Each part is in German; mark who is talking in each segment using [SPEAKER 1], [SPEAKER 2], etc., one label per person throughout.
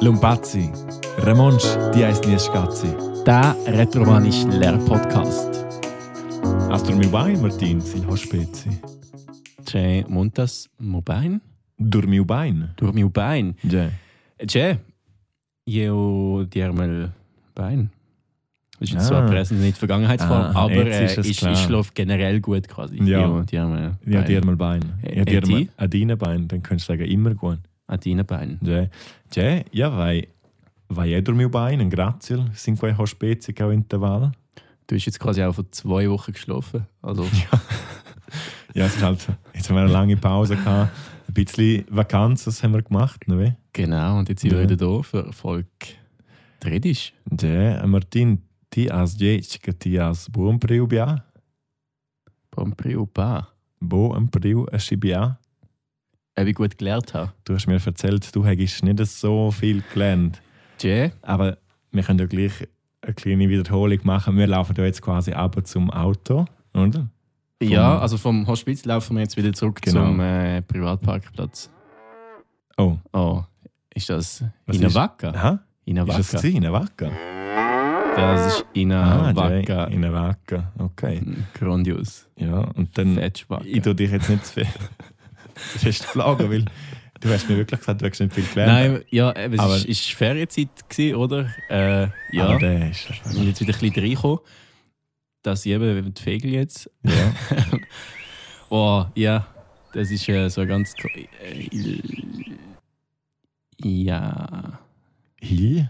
[SPEAKER 1] Lumpazzi, Ramonsch, die heisst nie Schatzi.
[SPEAKER 2] Der retromanische Lehrpodcast.
[SPEAKER 1] Hast du mir bei, Martin, sind Hospezi?
[SPEAKER 2] Che muntas mobein?
[SPEAKER 1] Dur meu Bein?
[SPEAKER 2] Durch meu Bein.
[SPEAKER 1] Ja.
[SPEAKER 2] Che, jeo diermel Bein. Das ist jetzt
[SPEAKER 1] Ah.
[SPEAKER 2] zwar Präsens, nicht Vergangenheitsform,
[SPEAKER 1] Ah,
[SPEAKER 2] aber
[SPEAKER 1] jetzt
[SPEAKER 2] äh,
[SPEAKER 1] ist es
[SPEAKER 2] ich,
[SPEAKER 1] klar.
[SPEAKER 2] ich schlafe generell gut quasi.
[SPEAKER 1] Ja.
[SPEAKER 2] Jeo diermel
[SPEAKER 1] Ja,
[SPEAKER 2] Bein.
[SPEAKER 1] dir mal Bein.
[SPEAKER 2] Äh,
[SPEAKER 1] Ja,
[SPEAKER 2] äh,
[SPEAKER 1] dir mal
[SPEAKER 2] die?
[SPEAKER 1] an deinen Bein, dann kannst du sagen, immer gut.
[SPEAKER 2] An deinen Beinen.
[SPEAKER 1] Ja. Ja, ja, weil, weil jeder meu Bein, ein Grazil, sind quei Hospezi, auch in der Wahl.
[SPEAKER 2] Du hast jetzt quasi auch vor zwei Wochen geschlafen. Also,
[SPEAKER 1] Ja, es ist halt, jetzt haben wir eine lange Pause gehabt. Ein bisschen Vakanz, das haben wir gemacht, ne? weh?
[SPEAKER 2] genau, und jetzt sind wir
[SPEAKER 1] Ja.
[SPEAKER 2] wieder da für Folge 30.
[SPEAKER 1] Ja, Martin, ti as dječka, ti as bom pril bja,
[SPEAKER 2] Pompri Opa.
[SPEAKER 1] bo am pril a schibja.
[SPEAKER 2] Ob ich gut gelernt habe.
[SPEAKER 1] Du hast mir erzählt, du hättest nicht so viel gelernt.
[SPEAKER 2] Che,
[SPEAKER 1] Aber wir können ja gleich eine kleine Wiederholung machen. Wir laufen ja jetzt quasi ab zum Auto, oder?
[SPEAKER 2] ja, also vom Hospiz laufen wir jetzt wieder zurück
[SPEAKER 1] Genau.
[SPEAKER 2] zum äh, Privatparkplatz.
[SPEAKER 1] Oh,
[SPEAKER 2] Oh, ist das
[SPEAKER 1] Was ist-
[SPEAKER 2] Inavaka?
[SPEAKER 1] aha, ist das
[SPEAKER 2] Inavaka.
[SPEAKER 1] gewesen? In Wacka?
[SPEAKER 2] Das ist
[SPEAKER 1] Ah,
[SPEAKER 2] Inavaka.
[SPEAKER 1] in Wacka, okay.
[SPEAKER 2] Grandios.
[SPEAKER 1] Ja, und
[SPEAKER 2] Hm.
[SPEAKER 1] dann... Ich
[SPEAKER 2] Fetschwaka.
[SPEAKER 1] tue dich jetzt nicht zu viel fest plagen, weil du hast mir wirklich gesagt, du hast nicht viel gelernt.
[SPEAKER 2] Nein, ja, eben, es
[SPEAKER 1] Aber-
[SPEAKER 2] war Ferienzeit, gewesen, oder? Äh, ja,
[SPEAKER 1] Aber
[SPEAKER 2] wir
[SPEAKER 1] Ah, der ist er.
[SPEAKER 2] sind jetzt wieder ein bisschen reingekommen. Das eben, wenn die Fegel jetzt.
[SPEAKER 1] Ja.
[SPEAKER 2] Oh, ja, das ist äh, so ein ganz. ko- Äh, ja.
[SPEAKER 1] Hi,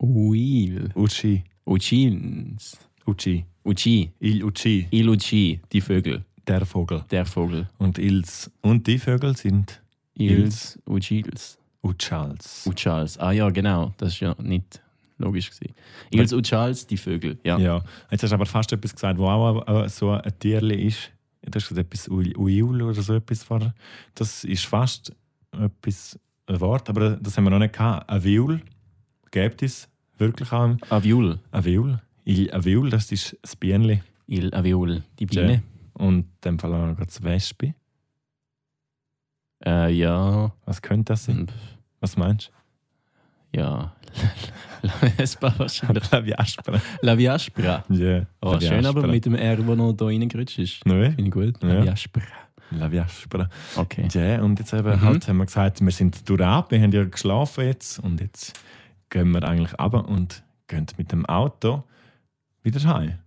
[SPEAKER 2] Uil.
[SPEAKER 1] Uchi,
[SPEAKER 2] Uchins.
[SPEAKER 1] Uchi.
[SPEAKER 2] Uchi.
[SPEAKER 1] Il Uchi,
[SPEAKER 2] Iluchi, die Vögel.
[SPEAKER 1] der Vogel.
[SPEAKER 2] Der Vogel.
[SPEAKER 1] Und Ils und die Vögel sind
[SPEAKER 2] Ils, Uchils.
[SPEAKER 1] Uchals.
[SPEAKER 2] Uchals. Ah ja, genau. Das ist ja nicht logisch gewesen. Ils, Uchals, die Vögel. Ja.
[SPEAKER 1] Ja. Jetzt hast du aber fast etwas gesagt, wo auch äh, so ein Tierli ist. Du hast gesagt, etwas Ui- Uiul oder so etwas vorher. Das ist fast etwas ein Wort, aber das haben wir noch nicht gehabt. Ein Viul gibt es wirklich auch. im-
[SPEAKER 2] Aviul.
[SPEAKER 1] Ein Viul. Il ein Viul, das ist das Bienli.
[SPEAKER 2] Il, Aviul, die Biene.
[SPEAKER 1] Und in dem Fall auch noch das Wespe.
[SPEAKER 2] Ja. Äh, ja.
[SPEAKER 1] Was könnte das sein?
[SPEAKER 2] Hm,
[SPEAKER 1] Was meinst
[SPEAKER 2] Ja. Lavespra
[SPEAKER 1] du?
[SPEAKER 2] wahrscheinlich.
[SPEAKER 1] Klaviaspera.
[SPEAKER 2] Laviaspra.
[SPEAKER 1] Ja.
[SPEAKER 2] Oh, schön, aber mit dem R, der noch da reingerutscht ist.
[SPEAKER 1] Nein,
[SPEAKER 2] Finde ich gut.
[SPEAKER 1] Ja.
[SPEAKER 2] Laviaspra.
[SPEAKER 1] Laviaspera.
[SPEAKER 2] Okay.
[SPEAKER 1] Ja, und jetzt eben
[SPEAKER 2] Mhm.
[SPEAKER 1] halt haben wir gesagt, wir sind durchab, wir haben ja geschlafen jetzt und jetzt gehen wir eigentlich ab und gehen mit dem Auto wieder heim.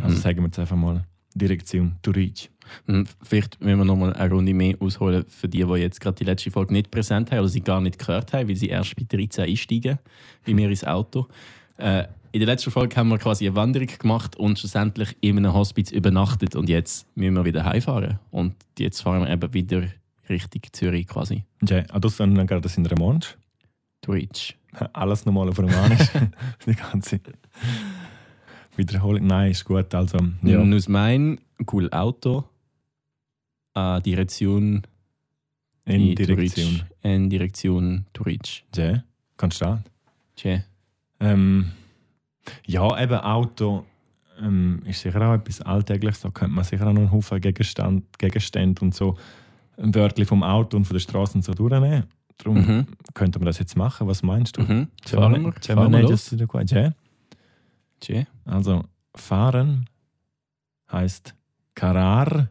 [SPEAKER 1] Also
[SPEAKER 2] Mhm.
[SPEAKER 1] sagen wir jetzt einfach mal Direktion Turij.
[SPEAKER 2] Hm, Vielleicht müssen wir nochmal eine Runde mehr ausholen für die, die jetzt gerade die letzte Folge nicht präsent haben oder sie gar nicht gehört haben, weil sie erst bei 13 einsteigen, bei mir ins Auto. Äh, in der letzten Folge haben wir quasi eine Wanderung gemacht und schlussendlich in einem Hospiz übernachtet. Und jetzt müssen wir wieder heimfahren. Und jetzt fahren wir eben wieder Richtung Zürich quasi.
[SPEAKER 1] Ja, und das sind wir gerade in Remont.
[SPEAKER 2] Twitch.
[SPEAKER 1] Alles nochmal auf Romanisch. Die ganze Wiederholung. Nein, ist gut. Also, ja.
[SPEAKER 2] Und aus mein cool Auto. Äh, Direktion
[SPEAKER 1] in
[SPEAKER 2] Turritsch.
[SPEAKER 1] Direktion.
[SPEAKER 2] In Direktion Twitch.
[SPEAKER 1] Ja, kannst du da?
[SPEAKER 2] Tja.
[SPEAKER 1] Ähm, ja, eben Auto ähm, ist sicher auch etwas Alltägliches. Da könnte man sicher auch noch einen Haufen Gegenstand, Gegenstände und so ein Wörtchen vom Auto und von der Straße und so durchnehmen. Darum
[SPEAKER 2] Mhm.
[SPEAKER 1] könnte man das jetzt machen. Was meinst du?
[SPEAKER 2] Mhm.
[SPEAKER 1] Sollen
[SPEAKER 2] Fahren wir,
[SPEAKER 1] sollen
[SPEAKER 2] fahren wir
[SPEAKER 1] nicht,
[SPEAKER 2] los.
[SPEAKER 1] dass du da gehst? Ja.
[SPEAKER 2] Tja.
[SPEAKER 1] Also, fahren heißt Karar.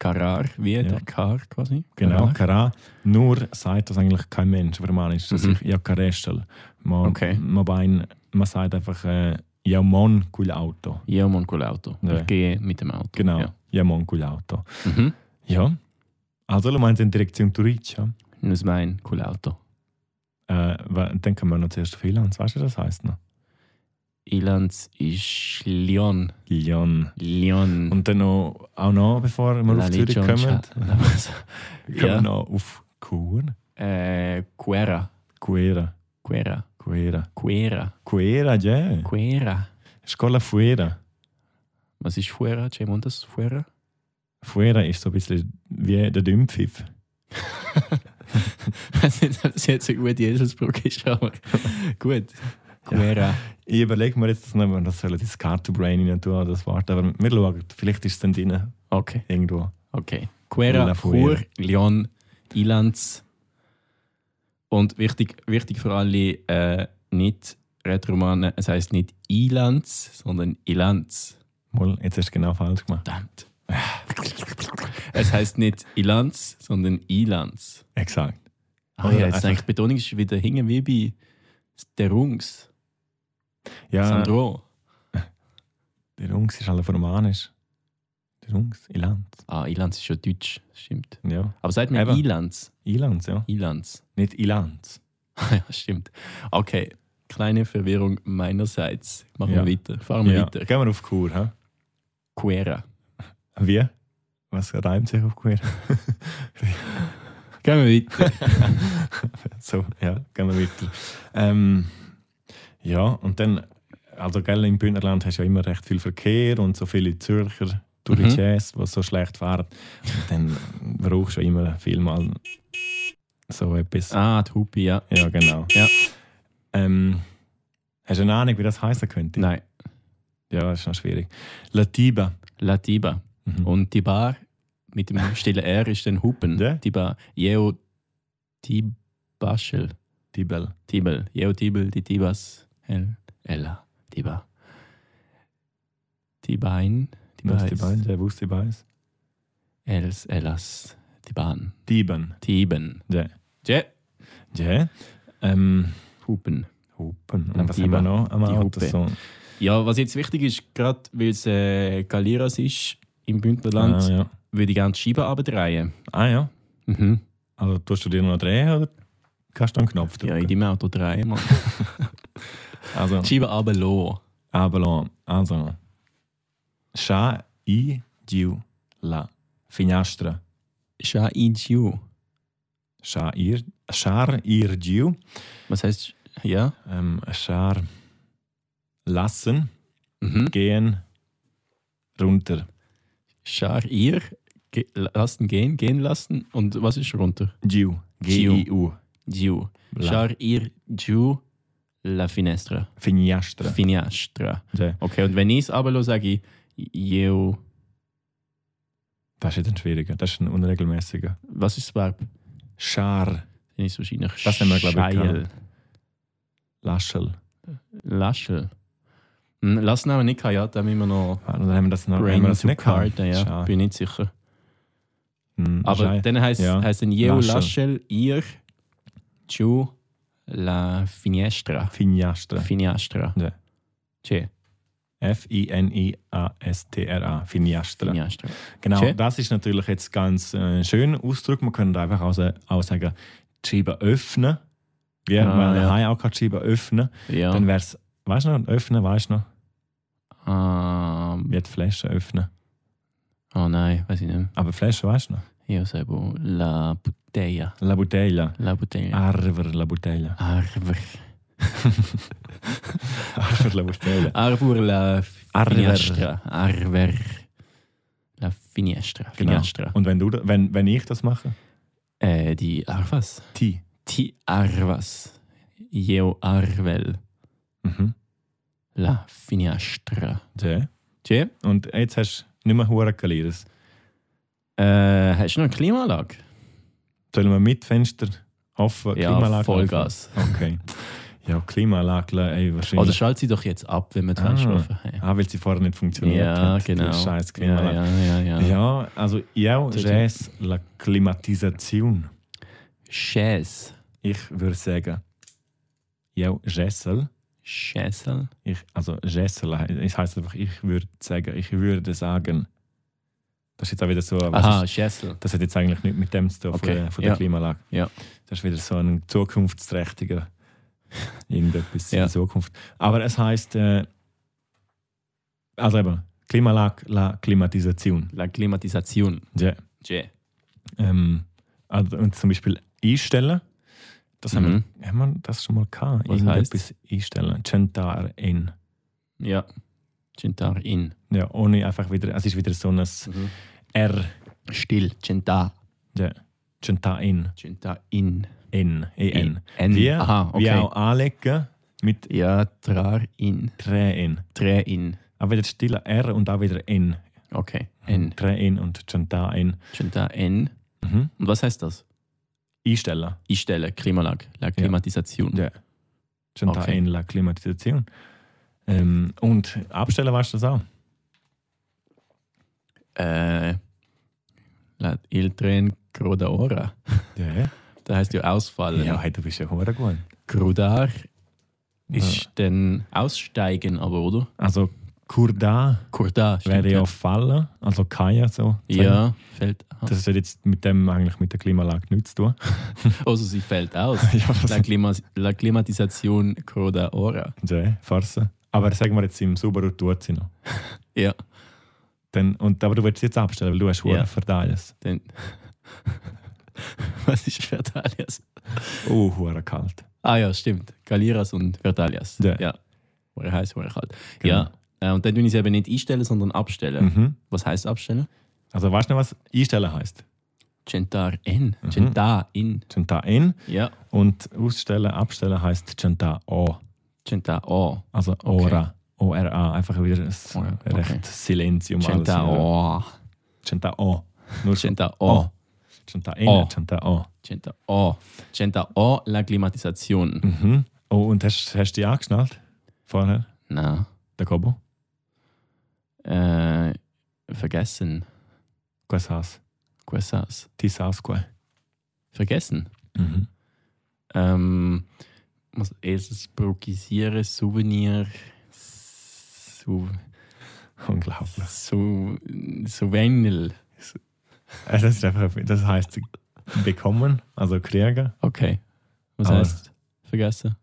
[SPEAKER 2] Karar, wie der Kar quasi.
[SPEAKER 1] Genau,
[SPEAKER 2] Karar.
[SPEAKER 1] Karar. Nur sagt das eigentlich kein Mensch. Warum ist das?
[SPEAKER 2] Mhm.
[SPEAKER 1] Ja, Karestel. Man,
[SPEAKER 2] Okay.
[SPEAKER 1] man, bein- man sagt einfach, äh, ja, Mann, cool Auto.
[SPEAKER 2] Ja, man cool Auto.
[SPEAKER 1] Ja.
[SPEAKER 2] Ich gehe mit dem Auto.
[SPEAKER 1] Genau, ja,
[SPEAKER 2] Ja.
[SPEAKER 1] ja Mongolauto.
[SPEAKER 2] Mhm.
[SPEAKER 1] Ja. Also, du meinst in Direktion Turitsch, ja?
[SPEAKER 2] Das ist mein cool Auto.
[SPEAKER 1] Äh, wa- dann können wir noch zuerst Filanz. Weißt du, was das heisst noch?
[SPEAKER 2] Ilans ist Lyon.
[SPEAKER 1] Lyon.
[SPEAKER 2] Lyon.
[SPEAKER 1] Und dann noch, auch noch, bevor wir auf Zürich kommen, kommen wir
[SPEAKER 2] ja.
[SPEAKER 1] noch auf Chur.
[SPEAKER 2] Äh, Quera.
[SPEAKER 1] Cuera.
[SPEAKER 2] Quera.
[SPEAKER 1] Cuera.
[SPEAKER 2] Quera.
[SPEAKER 1] Cuera, ja.
[SPEAKER 2] Quera.
[SPEAKER 1] Escola Fuera.
[SPEAKER 2] Was ist Fuera? Jay Montes Fuera?
[SPEAKER 1] Fuera ist so ein bisschen wie der Dümpfiff.
[SPEAKER 2] Ich weiß nicht, ob das jetzt eine gute Eselsbrücke ist, aber gut. Quera.
[SPEAKER 1] Ich überlege mir jetzt, dass wir das sollen, das Kartenbrain rein tun, das Wort. Aber wir schauen, vielleicht ist es dann drin,
[SPEAKER 2] Okay,
[SPEAKER 1] irgendwo.
[SPEAKER 2] okay. Quera,
[SPEAKER 1] La Fuera.
[SPEAKER 2] Chur, Lyon, Ilans, Und wichtig, wichtig für alle äh, nicht Retromanen, es heißt nicht Ilanz, sondern Ilanz.
[SPEAKER 1] Mal, jetzt hast du genau falsch gemacht.
[SPEAKER 2] Verdammt. es heißt nicht Ilanz, sondern Ilanz.
[SPEAKER 1] Exakt.
[SPEAKER 2] Ah
[SPEAKER 1] Oder
[SPEAKER 2] ja, jetzt
[SPEAKER 1] einfach-
[SPEAKER 2] denke ich, die Betonung ist wieder hingen wie bei der Rungs,
[SPEAKER 1] Ja,
[SPEAKER 2] Sandro.
[SPEAKER 1] der Rungs ist halt romanisch. Der Rungs, Ilanz.
[SPEAKER 2] Ah, Ilanz ist schon deutsch, stimmt.
[SPEAKER 1] Ja,
[SPEAKER 2] Aber sagt mir
[SPEAKER 1] Eben.
[SPEAKER 2] Ilanz.
[SPEAKER 1] Ilanz, ja.
[SPEAKER 2] Ilanz.
[SPEAKER 1] Nicht Ilanz.
[SPEAKER 2] ja, stimmt. Okay, kleine Verwirrung meinerseits. Machen
[SPEAKER 1] Ja.
[SPEAKER 2] wir weiter. Fahren wir
[SPEAKER 1] Ja.
[SPEAKER 2] weiter.
[SPEAKER 1] Gehen wir auf Kur, hä?
[SPEAKER 2] Quera.
[SPEAKER 1] Wie? Was reimt sich auf Kur?
[SPEAKER 2] Gehen wir weiter.
[SPEAKER 1] so, ja, gehen wir weiter. Ähm, ja, und dann, also gell, im Bündnerland hast du ja immer recht viel Verkehr und so viele Zürcher
[SPEAKER 2] Mhm.
[SPEAKER 1] Tourists, die so schlecht fahren. Und dann brauchst du ja immer viel mal so etwas.
[SPEAKER 2] ah, die Hupi, ja.
[SPEAKER 1] Ja, genau.
[SPEAKER 2] Ja.
[SPEAKER 1] Ähm, hast du eine Ahnung, wie das heißen könnte?
[SPEAKER 2] Nein,
[SPEAKER 1] Ja, das ist noch schwierig. Latiba.
[SPEAKER 2] Latiba.
[SPEAKER 1] Mhm.
[SPEAKER 2] Und die Bar mit dem stillen R ist dann Hupen.
[SPEAKER 1] Ja.
[SPEAKER 2] Die Bar. Jeo Tibaschel.
[SPEAKER 1] Tibel.
[SPEAKER 2] Tibel. Jeo Tibel, die Tibas. El, Ella. Tiba. Tibein.
[SPEAKER 1] Was die
[SPEAKER 2] Tibais.
[SPEAKER 1] Beine? Der wusste die Beine.
[SPEAKER 2] Els, Ellas. Tiban.
[SPEAKER 1] Tiben.
[SPEAKER 2] Tiben.
[SPEAKER 1] Ja.
[SPEAKER 2] Je.
[SPEAKER 1] Ja. Ähm,
[SPEAKER 2] Hupen.
[SPEAKER 1] Hupen. Und was haben
[SPEAKER 2] Latiba.
[SPEAKER 1] wir noch am
[SPEAKER 2] Die
[SPEAKER 1] Auto?
[SPEAKER 2] Hupe.
[SPEAKER 1] So?
[SPEAKER 2] Ja, was jetzt wichtig ist, gerade weil es äh, Galiras ist im Bündnerland,
[SPEAKER 1] Ah, ja.
[SPEAKER 2] würde ich gerne die Scheibe abdrehen.
[SPEAKER 1] ah ja.
[SPEAKER 2] Mhm.
[SPEAKER 1] Also tust du dir noch drehen oder kannst du einen Knopf
[SPEAKER 2] Ja,
[SPEAKER 1] drücken?
[SPEAKER 2] in deinem Auto drehen. Mann.
[SPEAKER 1] Also,
[SPEAKER 2] Die Scheibe runterlassen.
[SPEAKER 1] Abalon. Also. Sha i giu la finestra.
[SPEAKER 2] Sha in you.
[SPEAKER 1] Sha ir char ir giu.
[SPEAKER 2] Was heißt, ja?
[SPEAKER 1] Ähm, char lassen
[SPEAKER 2] Mhm.
[SPEAKER 1] gehen runter.
[SPEAKER 2] Schar ihr, ge lassen gehen, gehen lassen. Und was ist runter?
[SPEAKER 1] Giu. G i u.
[SPEAKER 2] Giu.
[SPEAKER 1] La
[SPEAKER 2] Schar ihr, Giu, la finestra.
[SPEAKER 1] finestra.
[SPEAKER 2] Finestra.
[SPEAKER 1] Ja.
[SPEAKER 2] Okay, und wenn ich es aber sage ich, jeu,
[SPEAKER 1] Das ist jetzt ein schwieriger, das ist ein unregelmäßiger.
[SPEAKER 2] was ist das Verb?
[SPEAKER 1] Schar,
[SPEAKER 2] Dann ist es wahrscheinlich
[SPEAKER 1] Das haben wir, glaub ich,
[SPEAKER 2] Scheil.
[SPEAKER 1] Laschel.
[SPEAKER 2] Laschel. Hm, Lassen haben wir nicht gehabt, ja, da haben wir immer noch
[SPEAKER 1] Ah, Dann haben wir das noch haben
[SPEAKER 2] Brain
[SPEAKER 1] wir das
[SPEAKER 2] to
[SPEAKER 1] nicht gehabt?
[SPEAKER 2] Card, ja,
[SPEAKER 1] Schar.
[SPEAKER 2] bin nicht sicher.
[SPEAKER 1] Hm,
[SPEAKER 2] Aber
[SPEAKER 1] Schei-
[SPEAKER 2] dann heißt
[SPEAKER 1] Ja.
[SPEAKER 2] heißt dann Jeu
[SPEAKER 1] Laschel.
[SPEAKER 2] Laschel, ihr, Giu, la finestra.
[SPEAKER 1] Finestra.
[SPEAKER 2] Finiastra.
[SPEAKER 1] Ja.
[SPEAKER 2] Che,
[SPEAKER 1] F-I-N-I-A-S-T-R-A. Finiastra.
[SPEAKER 2] Finiastra.
[SPEAKER 1] Genau,
[SPEAKER 2] Tschä.
[SPEAKER 1] das ist natürlich jetzt ganz äh, schön Ausdruck. Man könnte einfach auch, sa- auch sagen, die Scheibe öffnen. Wir
[SPEAKER 2] Ah,
[SPEAKER 1] haben
[SPEAKER 2] ja.
[SPEAKER 1] ja. auch gerade die Scheibe öffnen.
[SPEAKER 2] Ja.
[SPEAKER 1] Dann wäre es, weißt du noch, öffnen, weißt du noch,
[SPEAKER 2] Ähm,
[SPEAKER 1] wie die Flasche öffnen.
[SPEAKER 2] oh nein, weiß ich nicht.
[SPEAKER 1] Aber Flasche, weißt du noch?
[SPEAKER 2] Io sebo la bottiglia.
[SPEAKER 1] La Botella.
[SPEAKER 2] La
[SPEAKER 1] Ah.
[SPEAKER 2] bottiglia.
[SPEAKER 1] Arver La Botella.
[SPEAKER 2] Arver.
[SPEAKER 1] Arver La Botella.
[SPEAKER 2] Arver la
[SPEAKER 1] Arver.
[SPEAKER 2] finestra. Arver. La finestra.
[SPEAKER 1] Genau.
[SPEAKER 2] Finestra.
[SPEAKER 1] Und wenn, du, wenn, wenn ich das mache?
[SPEAKER 2] Äh, die Arvas.
[SPEAKER 1] Ti.
[SPEAKER 2] Ti Arvas. Io arvel
[SPEAKER 1] Mhm.
[SPEAKER 2] la finestra.
[SPEAKER 1] Ja.
[SPEAKER 2] Che,
[SPEAKER 1] Und jetzt hast du nicht mehr Huren Kalieres.
[SPEAKER 2] äh, hast du noch eine Klimaanlage?
[SPEAKER 1] Sollen wir mit Fenster offen,
[SPEAKER 2] Ja,
[SPEAKER 1] Klimaanlage
[SPEAKER 2] Vollgas.
[SPEAKER 1] offen? Okay. Ja, Klimaanlage, ey,
[SPEAKER 2] Oder
[SPEAKER 1] wahrscheinlich.
[SPEAKER 2] Also schalt sie doch jetzt ab, wenn wir die
[SPEAKER 1] Ah.
[SPEAKER 2] Fenster offen haben.
[SPEAKER 1] ah, weil sie vorher nicht funktioniert
[SPEAKER 2] Ja,
[SPEAKER 1] hat. die
[SPEAKER 2] genau.
[SPEAKER 1] Scheiß
[SPEAKER 2] ja,
[SPEAKER 1] Klimaanlage.
[SPEAKER 2] ja, ja,
[SPEAKER 1] Ja,
[SPEAKER 2] ja.
[SPEAKER 1] also ja, Jazz, la Klimatisation.
[SPEAKER 2] Schäs.
[SPEAKER 1] Ich würde sagen, ja, Jessel.
[SPEAKER 2] Schäsel.
[SPEAKER 1] Ich, also Jessel, es heißt einfach, ich würde sagen, ich würde sagen. Das ist jetzt auch wieder so. was
[SPEAKER 2] Aha,
[SPEAKER 1] ist-
[SPEAKER 2] Schäsel.
[SPEAKER 1] Das hat jetzt eigentlich nichts mit dem zu tun, von
[SPEAKER 2] Okay,
[SPEAKER 1] der, von der
[SPEAKER 2] ja.
[SPEAKER 1] Klimaanlage.
[SPEAKER 2] Ja.
[SPEAKER 1] Das ist wieder so ein zukunftsträchtiger irgendetwas in
[SPEAKER 2] Ja.
[SPEAKER 1] der Zukunft. Aber es heißt, äh, also eben, Klimaanlage, la Klimatisation.
[SPEAKER 2] La Klimatisation.
[SPEAKER 1] Ja.
[SPEAKER 2] Je.
[SPEAKER 1] Ähm, also, und zum Beispiel einstellen, das haben,
[SPEAKER 2] Mhm.
[SPEAKER 1] wir, haben wir das schon mal gehabt.
[SPEAKER 2] Was
[SPEAKER 1] Irgendetwas einstellen. Centar in.
[SPEAKER 2] Ja. Centar in.
[SPEAKER 1] Ja, ohne einfach wieder, es ist wieder so ein R.
[SPEAKER 2] Still. Centar.
[SPEAKER 1] Ja. Centar in.
[SPEAKER 2] Centar in.
[SPEAKER 1] N. E-N.
[SPEAKER 2] N.
[SPEAKER 1] Wie,
[SPEAKER 2] Aha,
[SPEAKER 1] wie
[SPEAKER 2] okay.
[SPEAKER 1] auch anlegen mit
[SPEAKER 2] Ja, trar in.
[SPEAKER 1] Tränen.
[SPEAKER 2] Tre in.
[SPEAKER 1] Auch wieder stiller R und auch wieder N.
[SPEAKER 2] Okay. N.
[SPEAKER 1] Mhm. Tränen und Chantain.
[SPEAKER 2] Centar n.
[SPEAKER 1] Mhm.
[SPEAKER 2] Und was heißt das?
[SPEAKER 1] Einstellen.
[SPEAKER 2] Einstellen, Klimalag, La Klimatisation.
[SPEAKER 1] Ja. Schon da
[SPEAKER 2] Okay.
[SPEAKER 1] in der Klimatisation. Ähm, und abstellen weißt du das auch?
[SPEAKER 2] Äh, la il tren cruda ora.
[SPEAKER 1] Ja.
[SPEAKER 2] Das heißt ja ausfallen.
[SPEAKER 1] Ja, hey, du bist ja hure gut.
[SPEAKER 2] Crudar ist dann aussteigen, aber oder?
[SPEAKER 1] Also Kurda
[SPEAKER 2] Curdar
[SPEAKER 1] wäre ja fallen, also Kaya so.
[SPEAKER 2] Ja, fällt aus.
[SPEAKER 1] Das hat jetzt mit dem eigentlich mit der Klimalage nichts zu tun.
[SPEAKER 2] Also sie fällt aus.
[SPEAKER 1] ja, was
[SPEAKER 2] La, Klima la Klimatisation Cruda Ora.
[SPEAKER 1] ja, Farce. äh, Aber sagen wir jetzt im Subaru tut sie noch.
[SPEAKER 2] Ja,
[SPEAKER 1] Dann, und, aber du willst jetzt abstellen, weil du hast hure
[SPEAKER 2] Ja.
[SPEAKER 1] Verdales.
[SPEAKER 2] dann. Was ist Verdalias?
[SPEAKER 1] Oh, hure kalt.
[SPEAKER 2] Ah ja, stimmt. Galiras und Verdalias.
[SPEAKER 1] Ja.
[SPEAKER 2] Ja. Oder heiß, oder kalt.
[SPEAKER 1] Genau.
[SPEAKER 2] halt. Ja. Äh, Und dann tun ich sie eben nicht einstellen, sondern abstellen.
[SPEAKER 1] Mhm.
[SPEAKER 2] Was heißt abstellen?
[SPEAKER 1] Also weißt du noch, was einstellen heißt?
[SPEAKER 2] Gentar in. Gentar in.
[SPEAKER 1] Chanta N
[SPEAKER 2] Ja.
[SPEAKER 1] und ausstellen, abstellen heißt Chanta O.
[SPEAKER 2] Gentar o.
[SPEAKER 1] Also Ora. O-R-A. Einfach wieder ein
[SPEAKER 2] Oh Okay.
[SPEAKER 1] recht Silenzium.
[SPEAKER 2] Gentar o.
[SPEAKER 1] Chanta O. Nur
[SPEAKER 2] Gentar
[SPEAKER 1] Oh.
[SPEAKER 2] o.
[SPEAKER 1] Chanta N,
[SPEAKER 2] O.
[SPEAKER 1] Chanta O.
[SPEAKER 2] Gentar o. Gentar o la Klimatisation.
[SPEAKER 1] Mhm. Oh, und hast hast du dich angeschnallt? Vorher?
[SPEAKER 2] Na.
[SPEAKER 1] Der Kobo?
[SPEAKER 2] Äh, vergessen.
[SPEAKER 1] Quas has?
[SPEAKER 2] Quasas.
[SPEAKER 1] Tis has quae?
[SPEAKER 2] Vergessen.
[SPEAKER 1] Mhm.
[SPEAKER 2] Ähm, muss es prokisiere, Souvenir. Sou
[SPEAKER 1] Unglaublich.
[SPEAKER 2] Sou Souvenir.
[SPEAKER 1] Also das, ist einfach, das heißt bekommen, also kriegen.
[SPEAKER 2] Okay. Was
[SPEAKER 1] Aber-
[SPEAKER 2] heißt vergessen?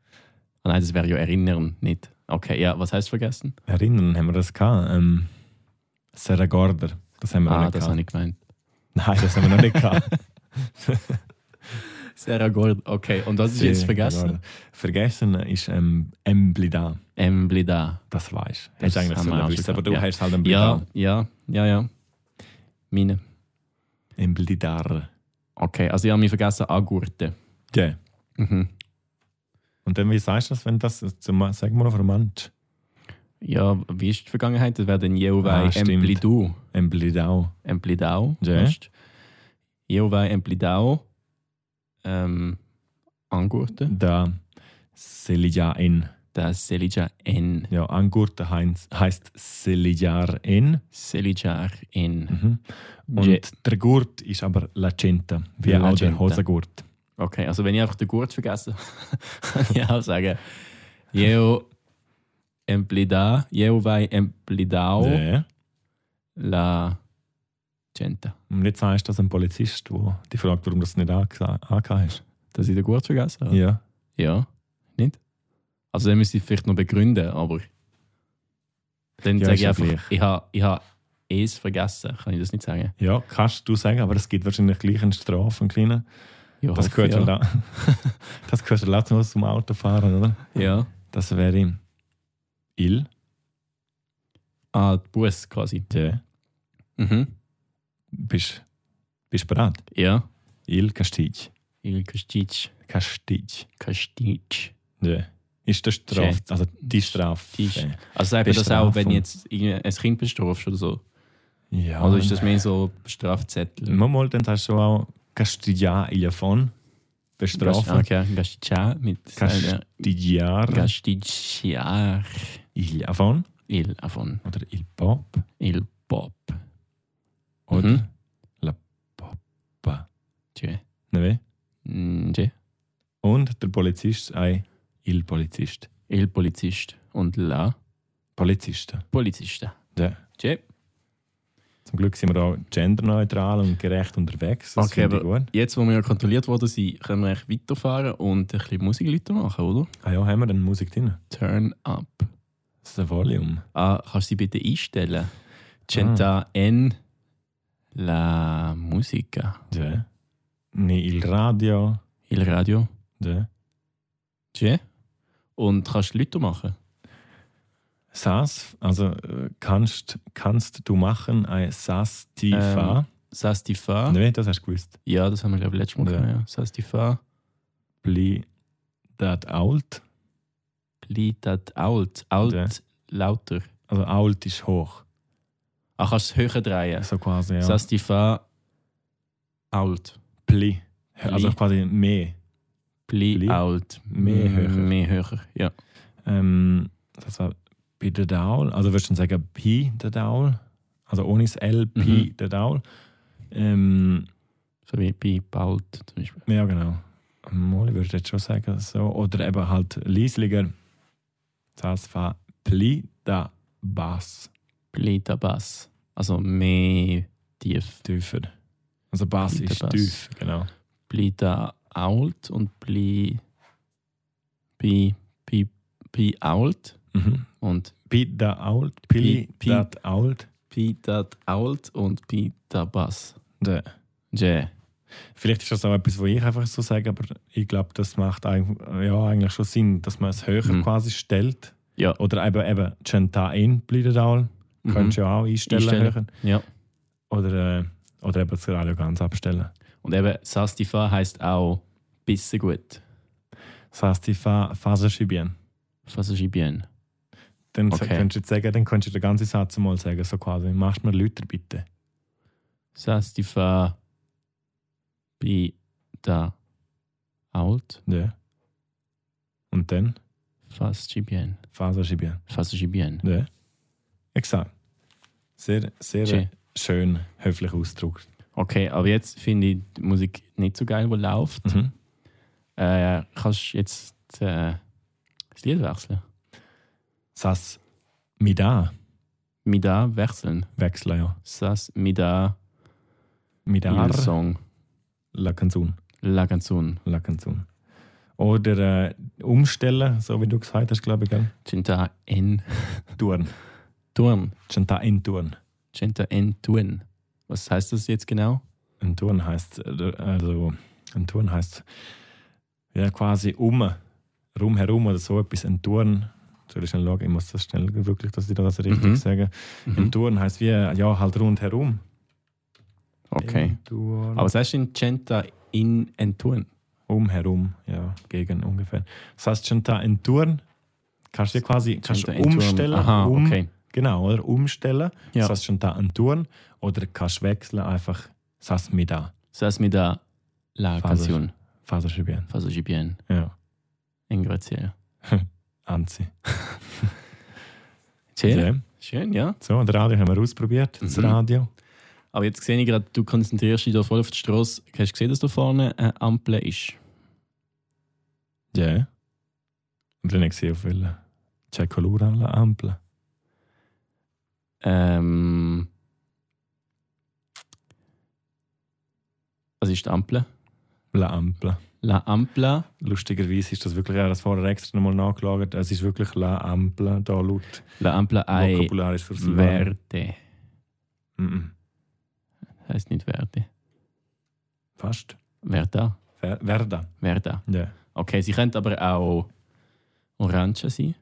[SPEAKER 2] Ah, nein, das wäre ja erinnern, nicht. Okay, ja, was heißt vergessen?
[SPEAKER 1] Erinnern haben wir das gehabt. Ähm, Seragorder. Das haben wir noch
[SPEAKER 2] Ah,
[SPEAKER 1] nicht
[SPEAKER 2] das
[SPEAKER 1] gehabt.
[SPEAKER 2] habe ich gemeint.
[SPEAKER 1] Nein, das haben wir noch nicht gehabt.
[SPEAKER 2] Sarah Gold, okay. Und was ist jetzt vergessen?
[SPEAKER 1] Seragorder. Vergessen ist ähm, Emblida.
[SPEAKER 2] Emblida.
[SPEAKER 1] Das weißt du. Hast
[SPEAKER 2] Das
[SPEAKER 1] du eigentlich
[SPEAKER 2] haben
[SPEAKER 1] so
[SPEAKER 2] wir auch
[SPEAKER 1] gewusst,
[SPEAKER 2] schon
[SPEAKER 1] aber du
[SPEAKER 2] gehabt, ja.
[SPEAKER 1] hast halt ein
[SPEAKER 2] Ja,
[SPEAKER 1] Blidar.
[SPEAKER 2] ja, ja, ja. Meine.
[SPEAKER 1] Emblidar.
[SPEAKER 2] Okay, also ich habe mich vergessen angurten.
[SPEAKER 1] Ja.
[SPEAKER 2] Mhm.
[SPEAKER 1] Und dann, wie sagst du das, wenn das, zum, sag mal auf Romant,
[SPEAKER 2] Ja, wie ist die Vergangenheit? Das wäre dann Jeovai
[SPEAKER 1] Ah, stimmt.
[SPEAKER 2] Emblidu.
[SPEAKER 1] Emblidau.
[SPEAKER 2] Emblidau.
[SPEAKER 1] Ja.
[SPEAKER 2] weißt du? Jeovai Emblidau. Ähm, angurten.
[SPEAKER 1] Da Selijar in.
[SPEAKER 2] Das Selija N.
[SPEAKER 1] Ja, Angurte Heinz heißt Selijar in.
[SPEAKER 2] Selijar N.
[SPEAKER 1] Mhm. Und
[SPEAKER 2] Ja.
[SPEAKER 1] der Gurt ist aber Lacenta, wie
[SPEAKER 2] La
[SPEAKER 1] auch der
[SPEAKER 2] Centa.
[SPEAKER 1] Hosengurt.
[SPEAKER 2] Okay, also wenn ich einfach den Gurt vergesse, kann ich auch sagen, Jeo Emplida, Jeovai Emplidao
[SPEAKER 1] Ja.
[SPEAKER 2] la Genta.
[SPEAKER 1] Und jetzt sagst du das ein Polizist, der dich fragt, warum du es nicht ange- angehabt hast.
[SPEAKER 2] Dass ich den Gurt vergessen habe?
[SPEAKER 1] Ja.
[SPEAKER 2] Ja. Nicht? Also den müsste ich vielleicht noch begründen, aber dann
[SPEAKER 1] Ja,
[SPEAKER 2] sage
[SPEAKER 1] ist
[SPEAKER 2] ich
[SPEAKER 1] ja
[SPEAKER 2] einfach,
[SPEAKER 1] gleich.
[SPEAKER 2] ich habe ich ha es vergessen, kann ich das nicht sagen?
[SPEAKER 1] Ja, kannst du sagen, aber es gibt wahrscheinlich gleich eine Strafe, einen kleinen.
[SPEAKER 2] Ja,
[SPEAKER 1] Das
[SPEAKER 2] hoffe,
[SPEAKER 1] gehört halt ja.
[SPEAKER 2] ja.
[SPEAKER 1] da. Das gehört halt ja laut zum Autofahren, oder?
[SPEAKER 2] Ja.
[SPEAKER 1] Das wäre Il.
[SPEAKER 2] Ah, die Bus quasi.
[SPEAKER 1] Ja.
[SPEAKER 2] Mhm.
[SPEAKER 1] Bist bist bereit?
[SPEAKER 2] Ja.
[SPEAKER 1] Il Kastic.
[SPEAKER 2] Il Kastic.
[SPEAKER 1] Kastic.
[SPEAKER 2] Kastic.
[SPEAKER 1] Ja. Ist das Strafe? Also die Strafe.
[SPEAKER 2] Die Sch- Also sagt man das auch, wenn
[SPEAKER 1] Bestrafung.
[SPEAKER 2] jetzt irgendwie ein Kind bestrafst oder so?
[SPEAKER 1] Ja.
[SPEAKER 2] Oder Also ist das mehr so Strafzettel?
[SPEAKER 1] Manchmal dann hast du auch Castigliar von bestrafen.
[SPEAKER 2] Okay, Gasticia mit äh,
[SPEAKER 1] Castigliar
[SPEAKER 2] Gasticia
[SPEAKER 1] Ilja von
[SPEAKER 2] il avon
[SPEAKER 1] oder Il Pop
[SPEAKER 2] il pop.
[SPEAKER 1] oder
[SPEAKER 2] Mhm.
[SPEAKER 1] La Poppa.
[SPEAKER 2] Tje.
[SPEAKER 1] Ne weh?
[SPEAKER 2] Mm, tje.
[SPEAKER 1] Und der Polizist ein Il Polizist.
[SPEAKER 2] Il Polizist und la
[SPEAKER 1] Polizisten.
[SPEAKER 2] Polizista.
[SPEAKER 1] Ja.
[SPEAKER 2] Tje.
[SPEAKER 1] Zum Glück sind wir auch genderneutral und gerecht unterwegs. Das
[SPEAKER 2] Okay,
[SPEAKER 1] finde ich gut.
[SPEAKER 2] Jetzt, wo wir ja kontrolliert worden sind, können wir eigentlich weiterfahren und ein bisschen Musikleute machen, oder?
[SPEAKER 1] Ah ja, haben wir dann Musik drin?
[SPEAKER 2] Turn up.
[SPEAKER 1] Das ist ein Volume.
[SPEAKER 2] Ah, kannst du sie bitte einstellen?
[SPEAKER 1] Ah.
[SPEAKER 2] Centa en la musica.
[SPEAKER 1] Ja. Ne Il Radio.
[SPEAKER 2] Il radio.
[SPEAKER 1] Ja.
[SPEAKER 2] Tje. Und kannst du Leute machen?
[SPEAKER 1] Sas, also äh, kannst, kannst du machen ein Sas Tifa.
[SPEAKER 2] Sastifa.
[SPEAKER 1] Nein, das hast du gewusst.
[SPEAKER 2] Ja, das haben wir, glaube ich, letztes Mal
[SPEAKER 1] Ne. Ja.
[SPEAKER 2] ja. gemacht. Ja. Sastifa.
[SPEAKER 1] Bli dat alt.
[SPEAKER 2] Lied dat alt. Alt,
[SPEAKER 1] Ja.
[SPEAKER 2] lauter. Ah,
[SPEAKER 1] Also alt ist hoch.
[SPEAKER 2] Ach, kannst du es höher drehen?
[SPEAKER 1] So quasi, ja.
[SPEAKER 2] Sastifa, alt.
[SPEAKER 1] Bli Also
[SPEAKER 2] Li-
[SPEAKER 1] quasi mehr.
[SPEAKER 2] Pli
[SPEAKER 1] Pli-
[SPEAKER 2] alt. Hm,
[SPEAKER 1] Mehr höher.
[SPEAKER 2] Mehr höher, ja.
[SPEAKER 1] Ähm, das war Pi der Daul. Also würdest du dann sagen Pi der Daul? Also ohne das L, Pi
[SPEAKER 2] Mhm.
[SPEAKER 1] der Daul. Ähm,
[SPEAKER 2] So wie Pi bald zum Beispiel.
[SPEAKER 1] ja, genau. Moli würde ich jetzt schon sagen. So. Oder eben halt Liesliger. Das war Pli da Bass.
[SPEAKER 2] Pli der Bass. Also mehr tief.
[SPEAKER 1] Tiefer. Also Bass
[SPEAKER 2] Pli da
[SPEAKER 1] ist
[SPEAKER 2] Bass.
[SPEAKER 1] tief, genau.
[SPEAKER 2] Pli der alt und Pli. Pi. Pi. Pi alt
[SPEAKER 1] Mhm.
[SPEAKER 2] und
[SPEAKER 1] Pi da Ault. Pili
[SPEAKER 2] Pi- Pi-
[SPEAKER 1] da Ault.
[SPEAKER 2] Pi der alt und Pi der Bass.
[SPEAKER 1] Da.
[SPEAKER 2] Ja.
[SPEAKER 1] Vielleicht ist das auch etwas, was ich einfach so sage, aber ich glaube, das macht eig- ja, eigentlich schon Sinn, dass man es höher
[SPEAKER 2] Mhm.
[SPEAKER 1] quasi stellt.
[SPEAKER 2] Ja.
[SPEAKER 1] Oder eben, eben Genta in Bliedertal,
[SPEAKER 2] Mhm.
[SPEAKER 1] kannst du ja auch einstellen.
[SPEAKER 2] Einstellen.
[SPEAKER 1] höher.
[SPEAKER 2] Ja.
[SPEAKER 1] Oder, äh, oder eben das Radio ganz abstellen.
[SPEAKER 2] Und eben Sastifa heisst auch bisschen gut.
[SPEAKER 1] Das heisst, die Fa Phase schieben.
[SPEAKER 2] Fast bien.
[SPEAKER 1] Dann
[SPEAKER 2] Okay.
[SPEAKER 1] kannst du jetzt sagen, dann kannst du den ganzen Satz mal sagen, so quasi, machst mir Lüter bitte.
[SPEAKER 2] Sastifa. Pi der alt.
[SPEAKER 1] Ja. Und dann
[SPEAKER 2] Fast bien.
[SPEAKER 1] Phase schieben.
[SPEAKER 2] Fast bien.
[SPEAKER 1] Ja. Exakt. Sehr, sehr
[SPEAKER 2] Schön.
[SPEAKER 1] schön, höflich ausgedrückt.
[SPEAKER 2] Okay, aber jetzt finde ich die Musik nicht so geil, die läuft.
[SPEAKER 1] Mhm.
[SPEAKER 2] Äh, kannst du jetzt äh, das Lied wechseln?
[SPEAKER 1] Sas Mida
[SPEAKER 2] Mida wechseln.
[SPEAKER 1] wechseln, ja.
[SPEAKER 2] Sas Mida
[SPEAKER 1] Midar
[SPEAKER 2] il Song
[SPEAKER 1] la canzone.
[SPEAKER 2] La Canzone.
[SPEAKER 1] La canzone. Oder äh, umstellen, so wie du gesagt hast, glaube ich, gell?
[SPEAKER 2] Centa en
[SPEAKER 1] Turn.
[SPEAKER 2] Turn.
[SPEAKER 1] Chanta in Turn.
[SPEAKER 2] Centa en Turn. Was heißt das jetzt genau?
[SPEAKER 1] Ein Turn heißt, äh, also, ein Turn heißt ja quasi um, rum herum oder so etwas. Ein Turn, soll ich schnell schauen, ich muss das schnell wirklich, dass ich das richtig
[SPEAKER 2] Mhm.
[SPEAKER 1] sage. Ein Turn heißt wie, ja, halt rundherum.
[SPEAKER 2] Okay.
[SPEAKER 1] Ein Turn.
[SPEAKER 2] Ähm, Aber was heißt denn Centa in en Turn?
[SPEAKER 1] umherum, ja, gegen ungefähr. Das heißt, schon da in Turn kannst du dir quasi kannst
[SPEAKER 2] Centa
[SPEAKER 1] du
[SPEAKER 2] en Turn.
[SPEAKER 1] umstellen.
[SPEAKER 2] Aha,
[SPEAKER 1] um,
[SPEAKER 2] okay.
[SPEAKER 1] Genau, oder? Umstellen.
[SPEAKER 2] Ja.
[SPEAKER 1] Das heißt, schon da in Turn. Oder kannst wechseln einfach Sas mit da.
[SPEAKER 2] Sas Mida La
[SPEAKER 1] Faso-
[SPEAKER 2] Canzone.
[SPEAKER 1] Faser schreiben.
[SPEAKER 2] Faso bien.
[SPEAKER 1] Ja,
[SPEAKER 2] Ingraziell.
[SPEAKER 1] Anzi.
[SPEAKER 2] Schön.
[SPEAKER 1] Ja.
[SPEAKER 2] Schön, ja.
[SPEAKER 1] So, und Radio haben wir ausprobiert. Das
[SPEAKER 2] Mhm.
[SPEAKER 1] Radio.
[SPEAKER 2] Aber jetzt sehe ich gerade, du konzentrierst dich da voll auf die Straße. Hast du gesehen, dass da vorne eine Ampel ist?
[SPEAKER 1] Ja. Und dann habe ich gesehen, auf welchen. Ceccolura alla Ampel.
[SPEAKER 2] Ähm, was ist die Ampel?
[SPEAKER 1] La Ampel.
[SPEAKER 2] La Ampla.
[SPEAKER 1] Lustigerweise ist das wirklich, ich habe das vorher extra nochmal nachgelagert, es ist wirklich La Ampel, da laut
[SPEAKER 2] La Ampla ei
[SPEAKER 1] Vokabularis
[SPEAKER 2] Verde.
[SPEAKER 1] Mhm.
[SPEAKER 2] Heißt nicht Verde.
[SPEAKER 1] Fast.
[SPEAKER 2] Verda.
[SPEAKER 1] Ver- Verda.
[SPEAKER 2] Verda.
[SPEAKER 1] Ja.
[SPEAKER 2] Okay, sie könnte aber auch Orange sein.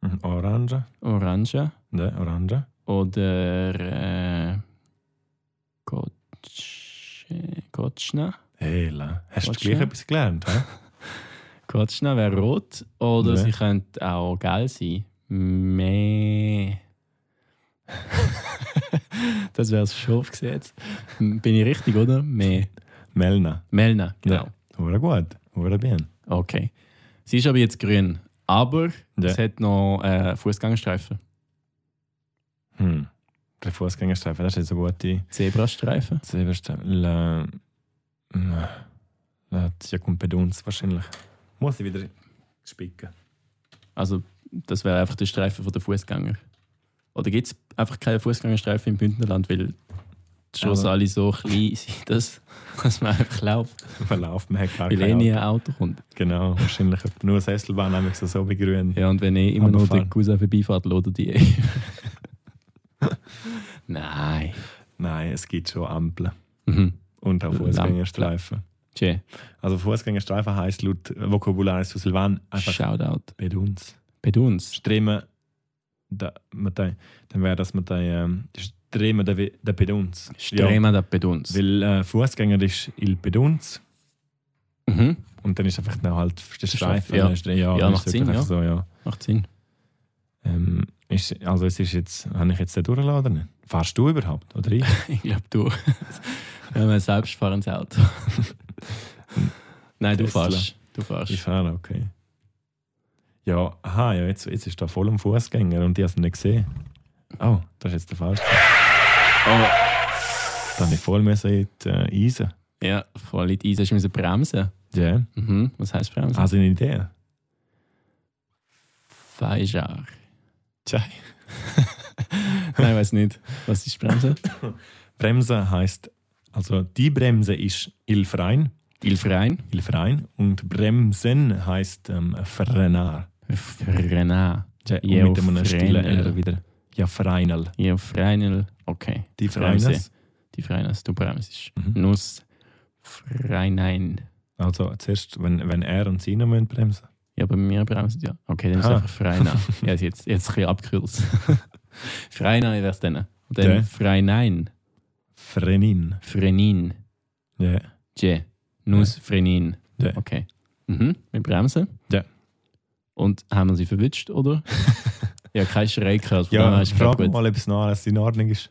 [SPEAKER 1] Mhm. Orange.
[SPEAKER 2] Orange.
[SPEAKER 1] Ja, Orange.
[SPEAKER 2] Oder äh, Kotsch- Kotschna.
[SPEAKER 1] Hela. Hast du
[SPEAKER 2] Warte
[SPEAKER 1] gleich
[SPEAKER 2] schnell.
[SPEAKER 1] etwas gelernt? hä?
[SPEAKER 2] Kotschna wäre rot. Oder
[SPEAKER 1] Ja.
[SPEAKER 2] sie könnte auch gelb sein. Meh. das wäre es schon gesetzt. Bin ich richtig, oder? Meh.
[SPEAKER 1] Melna.
[SPEAKER 2] Melna, genau.
[SPEAKER 1] Hure gut. Hure bien.
[SPEAKER 2] Okay. Sie ist aber jetzt grün. Aber
[SPEAKER 1] Ja.
[SPEAKER 2] es hat noch äh, Fußgängerstreifen.
[SPEAKER 1] Hm. Der Fußgängerstreifen, das ist eine gute
[SPEAKER 2] Zebrastreifen.
[SPEAKER 1] Silberstreifen. La. Na. La Circumpedunz wahrscheinlich. Muss ich wieder spicken.
[SPEAKER 2] Also, das wäre einfach der Streifen der Fußgänger. Oder gibt es einfach keine Fußgängerstreifen im Bündnerland, weil die Straßen
[SPEAKER 1] Aber-
[SPEAKER 2] alle so klein sind, dass, dass man einfach läuft,
[SPEAKER 1] Man läuft, man hat gar
[SPEAKER 2] weil eh
[SPEAKER 1] keine
[SPEAKER 2] nie
[SPEAKER 1] Ahnung.
[SPEAKER 2] ein Auto kommt.
[SPEAKER 1] Genau, wahrscheinlich. Nur das Esselbahn, nämlich so, so wie grün.
[SPEAKER 2] Ja, und wenn ich immer
[SPEAKER 1] Aber
[SPEAKER 2] noch den
[SPEAKER 1] fahren.
[SPEAKER 2] Cousin vorbeifahrt, oder die. Nein.
[SPEAKER 1] Nein, es gibt schon Ampeln.
[SPEAKER 2] Mhm.
[SPEAKER 1] Und auch
[SPEAKER 2] Lamp-
[SPEAKER 1] Fußgängerstreifen.
[SPEAKER 2] Tschä,
[SPEAKER 1] Also Fußgängerstreifen heißt laut Vokabularis von Silvan einfach
[SPEAKER 2] Shoutout.
[SPEAKER 1] bei uns.
[SPEAKER 2] Bei uns.
[SPEAKER 1] Streben, da, mit der, dann wäre das mit der ähm, Streben der, der bei uns.
[SPEAKER 2] Strema da bei uns.
[SPEAKER 1] Ja, weil äh, Fußgänger ist il bei uns
[SPEAKER 2] Mhm.
[SPEAKER 1] und dann ist einfach noch halt der Streifen.
[SPEAKER 2] ja.
[SPEAKER 1] äh, Stre- ja,
[SPEAKER 2] Ja,
[SPEAKER 1] ist
[SPEAKER 2] macht
[SPEAKER 1] wirklich
[SPEAKER 2] Sinn,
[SPEAKER 1] einfach
[SPEAKER 2] ja.
[SPEAKER 1] So, ja.
[SPEAKER 2] Macht Sinn.
[SPEAKER 1] Ähm, ist, also es ist jetzt, habe ich jetzt den durchgeladen? oder nicht? Fahrst du überhaupt? Oder ich?
[SPEAKER 2] Ich glaube, du. Wir haben ein selbstfahrendes Auto. Nein, du
[SPEAKER 1] Tesla.
[SPEAKER 2] fährst. Du fährst.
[SPEAKER 1] Ich fahre, okay. Ja, aha, ja, jetzt, jetzt ist da voll am Fußgänger und ich habe es nicht gesehen. Oh, das ist jetzt der falsche.
[SPEAKER 2] Oh,
[SPEAKER 1] Dann habe ich voll müssen in die äh, Eisen.
[SPEAKER 2] ja, voll in die Eisen. Hast du müssen bremsen?
[SPEAKER 1] Ja, yeah.
[SPEAKER 2] Mhm. Was heißt bremsen?
[SPEAKER 1] also eine Idee.
[SPEAKER 2] Feijar.
[SPEAKER 1] Tja.
[SPEAKER 2] Nein, weiß nicht. Was ist bremsen?
[SPEAKER 1] Bremse heißt, also die Bremse ist Ilfrein,
[SPEAKER 2] Ilfrein.
[SPEAKER 1] Ilfrein und Bremsen heißt ähm, Frenar.
[SPEAKER 2] Frenar.
[SPEAKER 1] Ja, und
[SPEAKER 2] Ja,
[SPEAKER 1] mit einem stillen
[SPEAKER 2] Freinel.
[SPEAKER 1] R wieder. Ja, Freinel.
[SPEAKER 2] Ja, Freinel. Okay.
[SPEAKER 1] Die
[SPEAKER 2] Bremse.
[SPEAKER 1] Freines.
[SPEAKER 2] Die Freiners. Du bremst.
[SPEAKER 1] Mhm.
[SPEAKER 2] Nuss. Freinein.
[SPEAKER 1] Also zuerst, wenn, wenn er und sie noch müssen bremsen.
[SPEAKER 2] Ja, bei mir bremsen ja. Okay, dann ist es
[SPEAKER 1] Ah.
[SPEAKER 2] einfach Freiner. ja, ist jetzt, jetzt ein bisschen abgekühlt. Freiner wäre es dann. Und dann
[SPEAKER 1] Ja.
[SPEAKER 2] Freinein.
[SPEAKER 1] Frenin.
[SPEAKER 2] Frenin.
[SPEAKER 1] Ja.
[SPEAKER 2] Je. Nuss Frenin.
[SPEAKER 1] Ja.
[SPEAKER 2] Okay. Mhm. Wir bremsen.
[SPEAKER 1] Ja.
[SPEAKER 2] Und haben wir sie verwünscht, oder? ja, kein Schrei gehört. von dem her
[SPEAKER 1] Ja,
[SPEAKER 2] ist es gerade
[SPEAKER 1] frag
[SPEAKER 2] gut.
[SPEAKER 1] mal, ob es noch alles in Ordnung ist.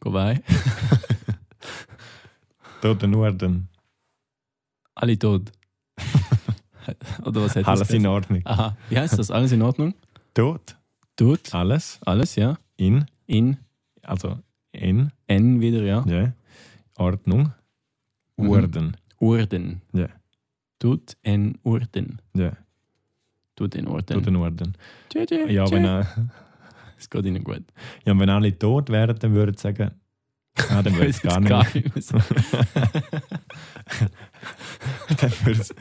[SPEAKER 2] Goodbye.
[SPEAKER 1] Dort nur dann
[SPEAKER 2] Alle tot. oder was hättest
[SPEAKER 1] alles in Ordnung.
[SPEAKER 2] Aha. Wie heißt das? Alles in Ordnung?
[SPEAKER 1] Dort
[SPEAKER 2] Tut.
[SPEAKER 1] alles
[SPEAKER 2] Alles, ja.
[SPEAKER 1] in,
[SPEAKER 2] In.
[SPEAKER 1] also in,
[SPEAKER 2] N wieder, ja.
[SPEAKER 1] ja, Ordnung,
[SPEAKER 2] Mhm.
[SPEAKER 1] Urden.
[SPEAKER 2] Urden.
[SPEAKER 1] Ja.
[SPEAKER 2] Tut en Urden.
[SPEAKER 1] Ja,
[SPEAKER 2] Tut en Urden.
[SPEAKER 1] dort in Urden.
[SPEAKER 2] Tschö, tschö,
[SPEAKER 1] Ja,
[SPEAKER 2] tschö.
[SPEAKER 1] wenn, äh,
[SPEAKER 2] Es geht Ihnen gut.
[SPEAKER 1] ja, wenn alle tot wären, dann würde ich sagen, ah, dann würde es gar nicht mehr.
[SPEAKER 2] nicht mehr sagen.
[SPEAKER 1] Dann würd's-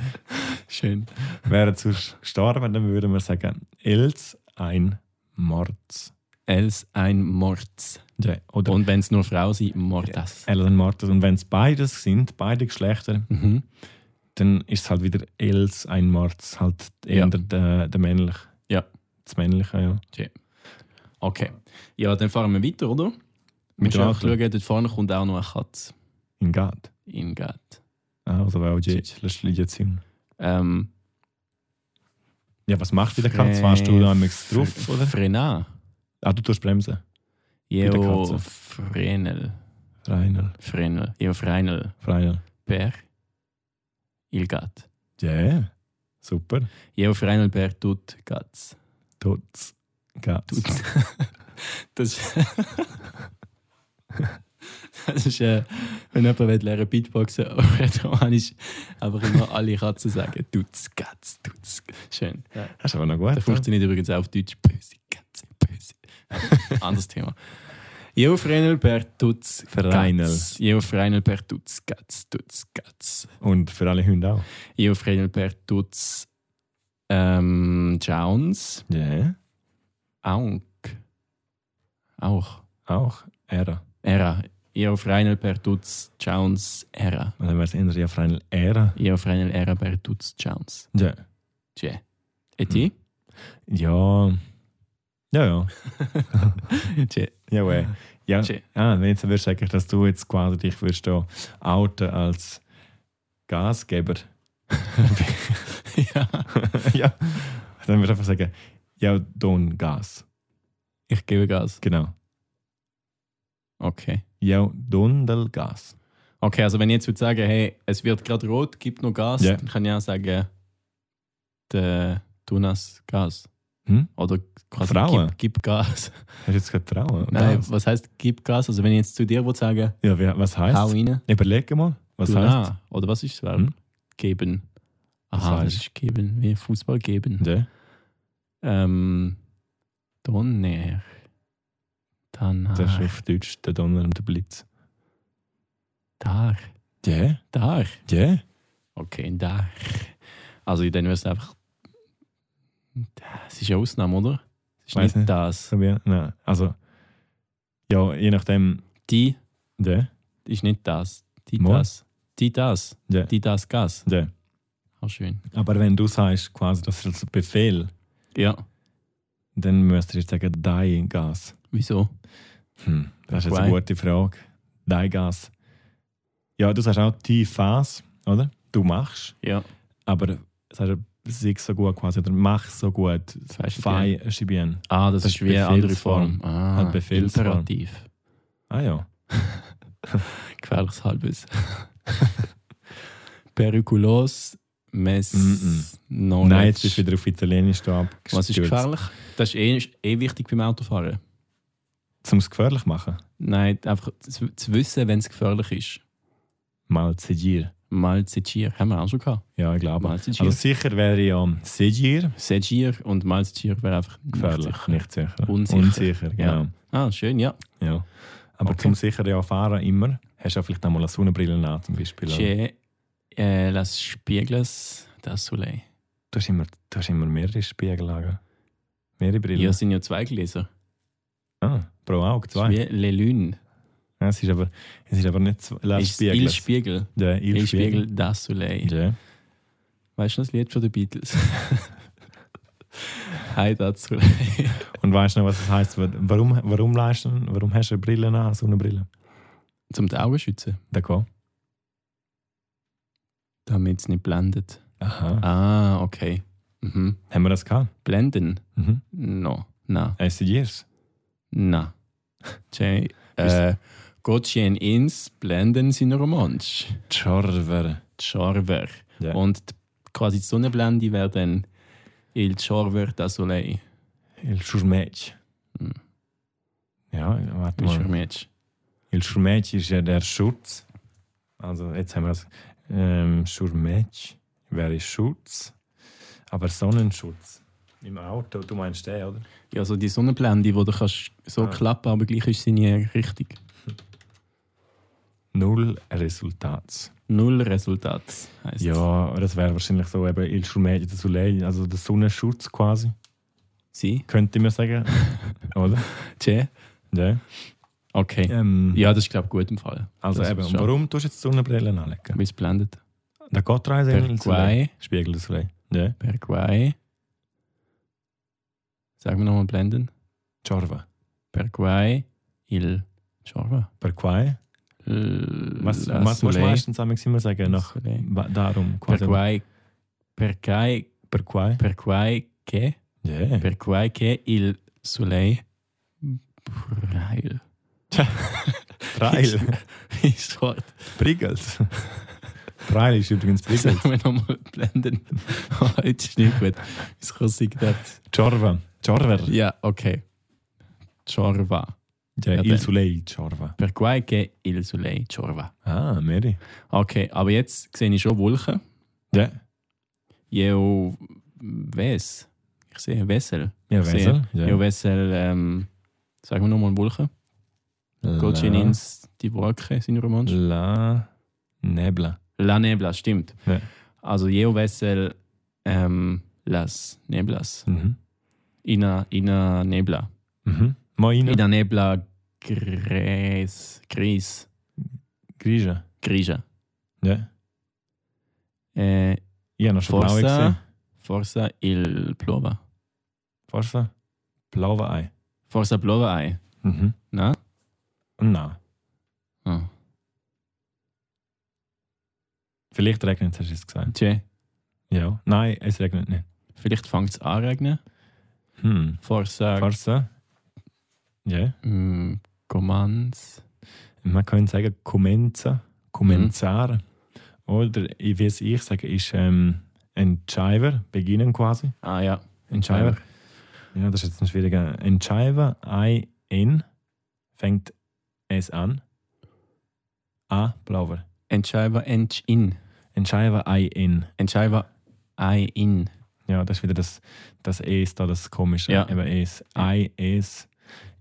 [SPEAKER 2] Schön.
[SPEAKER 1] wären sie sonst gestorben, dann würden wir sagen, Els ein Mords.
[SPEAKER 2] Els ein Mords.
[SPEAKER 1] Ja, oder
[SPEAKER 2] Und wenn es nur Frau sind, Mordas.
[SPEAKER 1] Els ein Mords. Und wenn es beides sind, beide Geschlechter,
[SPEAKER 2] Mhm.
[SPEAKER 1] dann ist es halt wieder Els ein Mords, halt
[SPEAKER 2] Ja.
[SPEAKER 1] eher der, der männliche.
[SPEAKER 2] Ja.
[SPEAKER 1] Das männliche, ja.
[SPEAKER 2] Okay. Ja, dann fahren wir weiter, oder?
[SPEAKER 1] Mit
[SPEAKER 2] Mit
[SPEAKER 1] dem
[SPEAKER 2] wir
[SPEAKER 1] Auto.
[SPEAKER 2] schauen, dort vorne kommt auch noch eine Katze.
[SPEAKER 1] In Gad.
[SPEAKER 2] In Gat.
[SPEAKER 1] Ah, Also weil auch die
[SPEAKER 2] Tschüss.
[SPEAKER 1] Legion.
[SPEAKER 2] Ähm,
[SPEAKER 1] Ja, was macht wieder Katz? Fährst du da einmal drauf,
[SPEAKER 2] Fre-
[SPEAKER 1] oder?
[SPEAKER 2] Frenar.
[SPEAKER 1] Ah, du tust Bremsen. der
[SPEAKER 2] Jo,
[SPEAKER 1] Katze.
[SPEAKER 2] Frenel.
[SPEAKER 1] Reinel,
[SPEAKER 2] Frenel. Jo, Frenel.
[SPEAKER 1] Reinel.
[SPEAKER 2] Per. Il Gat.
[SPEAKER 1] Ja, super.
[SPEAKER 2] Jo, Frenel per tut Gatz.
[SPEAKER 1] Tutz. Gatz.
[SPEAKER 2] Tut. Das, das ist, äh, wenn jemand will lernen Beatboxen auf Rätoranisch, einfach immer alle Katzen sagen: Tut's, Katz, tut's. Schön. Ja.
[SPEAKER 1] Hast du aber noch
[SPEAKER 2] Das
[SPEAKER 1] gut. oder?
[SPEAKER 2] funktioniert übrigens auch auf Deutsch: Böse Katze, böse. Anderes Thema. Jo Freinel per Tutz.
[SPEAKER 1] Freinel.
[SPEAKER 2] Katz. Jo Freinel per Tutz, Katz, Tutz, Katz.
[SPEAKER 1] Und für alle Hunde auch.
[SPEAKER 2] Jo Freinel per Tutz. Ähm, Jones.
[SPEAKER 1] Ja,
[SPEAKER 2] Aunk. Auch.
[SPEAKER 1] auch. Ära.
[SPEAKER 2] Era. Io Freinel per Tutz Jones Era.
[SPEAKER 1] Und dann wäre es Also eher ja Reinel Ära.
[SPEAKER 2] Io Freinel Era per Tutz Jones.
[SPEAKER 1] Ja.
[SPEAKER 2] Tschä. E ti?
[SPEAKER 1] Ja. Ja, ja.
[SPEAKER 2] Tschä.
[SPEAKER 1] Ja, weh. Ja.
[SPEAKER 2] Tschä.
[SPEAKER 1] Ah, wenn jetzt würdest du eigentlich, dass du jetzt quasi dich würdest da outen als Gasgeber.
[SPEAKER 2] ja.
[SPEAKER 1] ja. Dann würdest du einfach sagen, ja, Don Gas.
[SPEAKER 2] Ich gebe Gas.
[SPEAKER 1] Genau.
[SPEAKER 2] Okay.
[SPEAKER 1] Ja, Dondel Gas.
[SPEAKER 2] Okay, also wenn ich jetzt würde sagen, hey, es wird gerade rot, gib noch Gas,
[SPEAKER 1] Ja.
[SPEAKER 2] dann kann ich auch sagen, der Dunas Gas.
[SPEAKER 1] Hm?
[SPEAKER 2] Oder quasi
[SPEAKER 1] Frauen?
[SPEAKER 2] Gib, gib Gas.
[SPEAKER 1] Hast du jetzt gerade Trauen?
[SPEAKER 2] Nein,
[SPEAKER 1] Gas.
[SPEAKER 2] was heißt gib Gas? Also wenn ich jetzt zu dir würde sagen,
[SPEAKER 1] Ja, wie, was heißt
[SPEAKER 2] hau rein,
[SPEAKER 1] Überlege mal, was
[SPEAKER 2] du
[SPEAKER 1] heißt
[SPEAKER 2] nah. Oder was ist das Verb?
[SPEAKER 1] Hm?
[SPEAKER 2] Geben.
[SPEAKER 1] Was
[SPEAKER 2] Aha, das
[SPEAKER 1] heißt?
[SPEAKER 2] ist geben, wie Fußball geben.
[SPEAKER 1] Ja.
[SPEAKER 2] Ähm, Donner. Danach.
[SPEAKER 1] Das ist auf Deutsch der Donner und der Blitz.
[SPEAKER 2] Dar.
[SPEAKER 1] Ja,
[SPEAKER 2] Dar.
[SPEAKER 1] ja.
[SPEAKER 2] Okay, dar. Also dann wäre es einfach. Es ist eine Ausnahme, oder? Es ist
[SPEAKER 1] Weiß
[SPEAKER 2] nicht,
[SPEAKER 1] nicht.
[SPEAKER 2] das.
[SPEAKER 1] So wie- Nein, also, ja, je nachdem,
[SPEAKER 2] Die
[SPEAKER 1] ja,
[SPEAKER 2] ist nicht das. Die
[SPEAKER 1] Mal.
[SPEAKER 2] das. Die das.
[SPEAKER 1] Ja.
[SPEAKER 2] Die das Gas.
[SPEAKER 1] ja.
[SPEAKER 2] Auch schön.
[SPEAKER 1] Aber wenn du sagst, quasi, das ist ein Befehl,
[SPEAKER 2] Ja.
[SPEAKER 1] dann müsstest du jetzt sagen, dein Gas.
[SPEAKER 2] Wieso?
[SPEAKER 1] Hm, das ist jetzt
[SPEAKER 2] Why?
[SPEAKER 1] eine gute Frage. Dein Gas. Ja, du sagst auch die Phase, oder? Du machst,
[SPEAKER 2] Ja.
[SPEAKER 1] aber sagst du, sieg so gut quasi, oder mach so gut.
[SPEAKER 2] Weißt du,
[SPEAKER 1] Fei, ist bien.
[SPEAKER 2] Ah, das,
[SPEAKER 1] Das
[SPEAKER 2] ist
[SPEAKER 1] ist
[SPEAKER 2] wie eine andere
[SPEAKER 1] Befehlsform.
[SPEAKER 2] Form. Ah,
[SPEAKER 1] Halt Befehlsform.
[SPEAKER 2] Imperativ.
[SPEAKER 1] Ah ja.
[SPEAKER 2] Gefährliches Halbes. Periculos, Mess, Knowledge.
[SPEAKER 1] Nein, Oh, jetzt bist du wieder auf Italienisch da abgestürzt.
[SPEAKER 2] Was ist gefährlich? Das ist eh, ist eh wichtig beim Autofahren.
[SPEAKER 1] Um es gefährlich zu machen.
[SPEAKER 2] Nein, einfach zu, zu wissen, wenn es gefährlich ist.
[SPEAKER 1] Mal Segir.
[SPEAKER 2] Mal Segir. Haben wir auch schon gehabt.
[SPEAKER 1] Ja, ich glaube.
[SPEAKER 2] Mal Segir.
[SPEAKER 1] Also sicher wäre ja Segir
[SPEAKER 2] Segir und Mal Segir wäre einfach nicht
[SPEAKER 1] gefährlich,
[SPEAKER 2] sicher.
[SPEAKER 1] nicht sicher.
[SPEAKER 2] Unsicher.
[SPEAKER 1] Unsicher, genau.
[SPEAKER 2] Ah, schön, ja.
[SPEAKER 1] Ja. Aber
[SPEAKER 2] Okay.
[SPEAKER 1] zum sicher ja fahren immer, hast du ja vielleicht auch mal eine Sonnenbrille an zum Beispiel. Du
[SPEAKER 2] Che äh, las Spiegles das Soleil.
[SPEAKER 1] hast immer, du hast immer mehrere Spiegel an. Mehrere Brillen.
[SPEAKER 2] Hier sind ja zwei Gläser.
[SPEAKER 1] Ah, pro Auge
[SPEAKER 2] Das ist
[SPEAKER 1] zwei.
[SPEAKER 2] Wie Le Lune.
[SPEAKER 1] Ja, es, ist aber, es ist aber nicht so. La
[SPEAKER 2] Ist Il
[SPEAKER 1] Spiegel.
[SPEAKER 2] Spiegel.
[SPEAKER 1] Ja, Il
[SPEAKER 2] Il
[SPEAKER 1] Spiegel.
[SPEAKER 2] Spiegel das Soleil.
[SPEAKER 1] Ja.
[SPEAKER 2] Weißt du noch das Lied von den Beatles? Hi, das Soleil.
[SPEAKER 1] Und weißt du noch, was das nou heisst? Warum, warum, leisten, warum hast du eine Brille an, Sonnenbrille?
[SPEAKER 2] Zum die Augen schützen,
[SPEAKER 1] D'accord.
[SPEAKER 2] damit es nicht blendet.
[SPEAKER 1] Aha.
[SPEAKER 2] Ah, okay. Mhm.
[SPEAKER 1] Haben wir das gehabt?
[SPEAKER 2] Blenden?
[SPEAKER 1] Mhm.
[SPEAKER 2] No. Na.
[SPEAKER 1] Es sind Years.
[SPEAKER 2] Na. Che, äh, Gottchen ins Blenden sind Romansch.
[SPEAKER 1] Chorver.
[SPEAKER 2] Charver.
[SPEAKER 1] Ja.
[SPEAKER 2] Und die- quasi die Sonnenblende wäre dann Il Charver da Soleil.
[SPEAKER 1] Il Schurmetsch.
[SPEAKER 2] Hm.
[SPEAKER 1] Ja, warte
[SPEAKER 2] Wie
[SPEAKER 1] mal.
[SPEAKER 2] schon Mensch.
[SPEAKER 1] Il Schurmetsch ist ja e der Schutz. Also jetzt haben wir das. Ähm, Schurmetsch wäre Schutz. Aber Sonnenschutz. Im Auto, du meinst den, oder?
[SPEAKER 2] Ja, so die Sonnenblende, die du kannst so
[SPEAKER 1] Ah.
[SPEAKER 2] klappen aber gleich ist sie nie richtig.
[SPEAKER 1] Null Resultats.
[SPEAKER 2] Null Resultat heisst es.
[SPEAKER 1] Ja, das wäre wahrscheinlich so eben Il Schurmetsch de Soleil, also der Sonnenschutz quasi,
[SPEAKER 2] Sie?
[SPEAKER 1] könnte man sagen. oder?
[SPEAKER 2] Tja.
[SPEAKER 1] Ja.
[SPEAKER 2] Okay.
[SPEAKER 1] Ähm,
[SPEAKER 2] Ja, das ist, glaube ich, gut im Fall.
[SPEAKER 1] Also
[SPEAKER 2] das
[SPEAKER 1] eben,
[SPEAKER 2] ist
[SPEAKER 1] und
[SPEAKER 2] schon-
[SPEAKER 1] warum tust du jetzt die Sonnenbrille anlegen?
[SPEAKER 2] Bis blendet.
[SPEAKER 1] Da geht rein, Segel de Soleil.
[SPEAKER 2] Paraguay.
[SPEAKER 1] Spiegel de Soleil. Ja.
[SPEAKER 2] Paraguay. Sagen wir nochmal blenden.
[SPEAKER 1] Chorva.
[SPEAKER 2] Paraguay. Il Charver.
[SPEAKER 1] Paraguay.
[SPEAKER 2] Äh,
[SPEAKER 1] Was, was musst du meistens amigs immer sagen? Nach, wa- darum. quasi.
[SPEAKER 2] Paraguay. Paraguay.
[SPEAKER 1] Paraguay.
[SPEAKER 2] Paraguay. Que?
[SPEAKER 1] Ja.
[SPEAKER 2] Paraguay. Que? Il Soleil. Braille.
[SPEAKER 1] Trail.
[SPEAKER 2] Ist Wort.
[SPEAKER 1] Prigels. Trail ist übrigens Prigels.
[SPEAKER 2] Sagen wir nochmal blenden. Heute ist nicht gut. Wieso kann ich das?
[SPEAKER 1] Chorva. Chorver.
[SPEAKER 2] Ja, okay. Chorva.
[SPEAKER 1] Ja,
[SPEAKER 2] Ja,
[SPEAKER 1] Il
[SPEAKER 2] dann.
[SPEAKER 1] Soleil, Chorva.
[SPEAKER 2] Paraguay. Que? Il Soleil. Chorva.
[SPEAKER 1] Ah, Mary.
[SPEAKER 2] Okay, aber jetzt sehe ich schon Wolken.
[SPEAKER 1] Ja.
[SPEAKER 2] Jeo Wes. Ich sehe Wessel.
[SPEAKER 1] Ja,
[SPEAKER 2] Sehr.
[SPEAKER 1] Wesel.
[SPEAKER 2] Jeo Wessel, ähm, sagen wir nochmal Wolken. Gotchen
[SPEAKER 1] La-
[SPEAKER 2] ins die Wolke, sind Romansch.
[SPEAKER 1] La Nebla.
[SPEAKER 2] La Nebla, stimmt.
[SPEAKER 1] Ja.
[SPEAKER 2] Also Jeo Wessel, ähm, Las Neblas.
[SPEAKER 1] Mhm.
[SPEAKER 2] Ina, ina Nebla.
[SPEAKER 1] Mhm. Moina.
[SPEAKER 2] Ina Nebla Gris. Gris.
[SPEAKER 1] Grija.
[SPEAKER 2] Grisa.
[SPEAKER 1] Ja.
[SPEAKER 2] Äh,
[SPEAKER 1] Ich habe noch schon blaue gesehen.
[SPEAKER 2] Forza. Forza il Plova.
[SPEAKER 1] Forza. Blaue Ei.
[SPEAKER 2] Forza Plova Ei.
[SPEAKER 1] Mhm.
[SPEAKER 2] Na?
[SPEAKER 1] Und nein.
[SPEAKER 2] Ah.
[SPEAKER 1] Vielleicht regnet es, hast du es gesagt.
[SPEAKER 2] Tje.
[SPEAKER 1] Ja. Nein, es regnet nicht.
[SPEAKER 2] Vielleicht fängt es an regnen.
[SPEAKER 1] Hm.
[SPEAKER 2] Forza
[SPEAKER 1] Forza. Ja.
[SPEAKER 2] Mm, Commands.
[SPEAKER 1] Man könnte sagen, Comenza. Comenzar. Oder ich- wie es ich sage, ist ähm, Entscheiver. Beginnen quasi.
[SPEAKER 2] Ah ja.
[SPEAKER 1] Entscheiver. Ja, das ist jetzt ein schwieriger. Entscheiver, I-N, fängt es an. A, blauer.
[SPEAKER 2] Entscheiber Entsch in.
[SPEAKER 1] Entscheiver, I-N.
[SPEAKER 2] Entscheiber I in.
[SPEAKER 1] Ja, das ist wieder das, das E ist da, das komische.
[SPEAKER 2] Ja.
[SPEAKER 1] Eben Es. I, Es,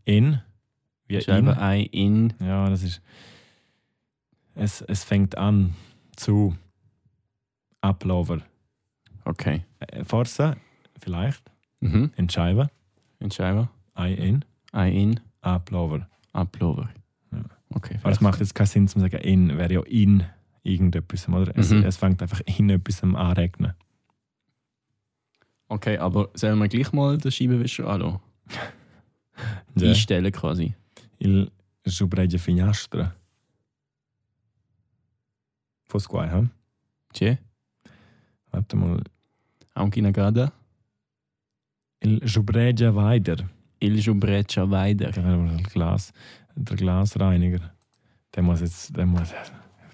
[SPEAKER 1] N. Wie
[SPEAKER 2] Entscheiber
[SPEAKER 1] in.
[SPEAKER 2] I in.
[SPEAKER 1] Ja, das ist. Es, es fängt an zu. Ablover.
[SPEAKER 2] Okay.
[SPEAKER 1] Äh, Forza, vielleicht.
[SPEAKER 2] Mhm.
[SPEAKER 1] Entscheiver,
[SPEAKER 2] Entscheiber
[SPEAKER 1] I-N,
[SPEAKER 2] I in.
[SPEAKER 1] Ablover.
[SPEAKER 2] Uplover.
[SPEAKER 1] Ja. Aber
[SPEAKER 2] Okay.
[SPEAKER 1] es
[SPEAKER 2] vielleicht.
[SPEAKER 1] macht jetzt keinen Sinn zu sagen, in wäre ja in irgendetwas, oder? Es,
[SPEAKER 2] Mhm.
[SPEAKER 1] es fängt einfach in etwas an regnen.
[SPEAKER 2] Okay, aber sollen wir gleich mal den Scheibenwischer anlassen?
[SPEAKER 1] Ja.
[SPEAKER 2] Einstellen quasi.
[SPEAKER 1] Il Jubreje Finastra. Fosse qua, hä?
[SPEAKER 2] Tje.
[SPEAKER 1] Warte mal.
[SPEAKER 2] Ankinagada.
[SPEAKER 1] Il Jubreje Weider.
[SPEAKER 2] Il Jubreccia weiter.
[SPEAKER 1] Der Glas, der Glasreiniger. Der muss jetzt, der muss,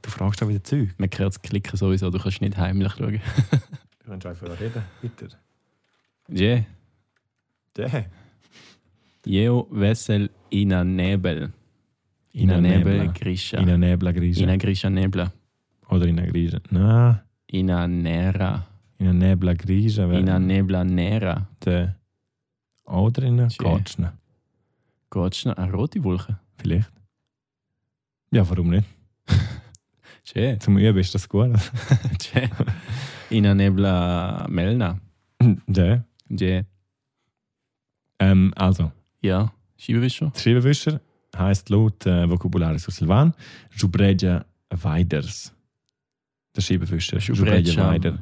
[SPEAKER 1] Du fragst auch wieder Zeug.
[SPEAKER 2] Man hört das Klicken sowieso, du kannst nicht heimlich schauen.
[SPEAKER 1] Du kannst einfach reden, bitte.
[SPEAKER 2] Yeah.
[SPEAKER 1] Yeah.
[SPEAKER 2] Jeo Wessel Ina Nebel.
[SPEAKER 1] Ina
[SPEAKER 2] Ina Nebel
[SPEAKER 1] Nebla.
[SPEAKER 2] Grisha.
[SPEAKER 1] In
[SPEAKER 2] Ina,
[SPEAKER 1] einen Nebel griechen.
[SPEAKER 2] Grisha Nebla.
[SPEAKER 1] Oder in einen Griechen. Nein,
[SPEAKER 2] Ina Nera.
[SPEAKER 1] in einen Nebel griechen. weil
[SPEAKER 2] Ina Nebla Nera.
[SPEAKER 1] der- Oder in einen
[SPEAKER 2] Tje.
[SPEAKER 1] Katschen.
[SPEAKER 2] Geht's noch eine rote Wolke?
[SPEAKER 1] Vielleicht. Ja, warum nicht?
[SPEAKER 2] Tschä.
[SPEAKER 1] Zum Üben ist das gut.
[SPEAKER 2] Tschä. Ina Nebla Melna.
[SPEAKER 1] ja.
[SPEAKER 2] Tschä.
[SPEAKER 1] ähm, also,
[SPEAKER 2] Ja. Schieberwischer.
[SPEAKER 1] Schreibenwischer heisst laut äh, Vocabularis Silvan Jubreja Weiders. Der Schreibenwischer. Jubreja Weider.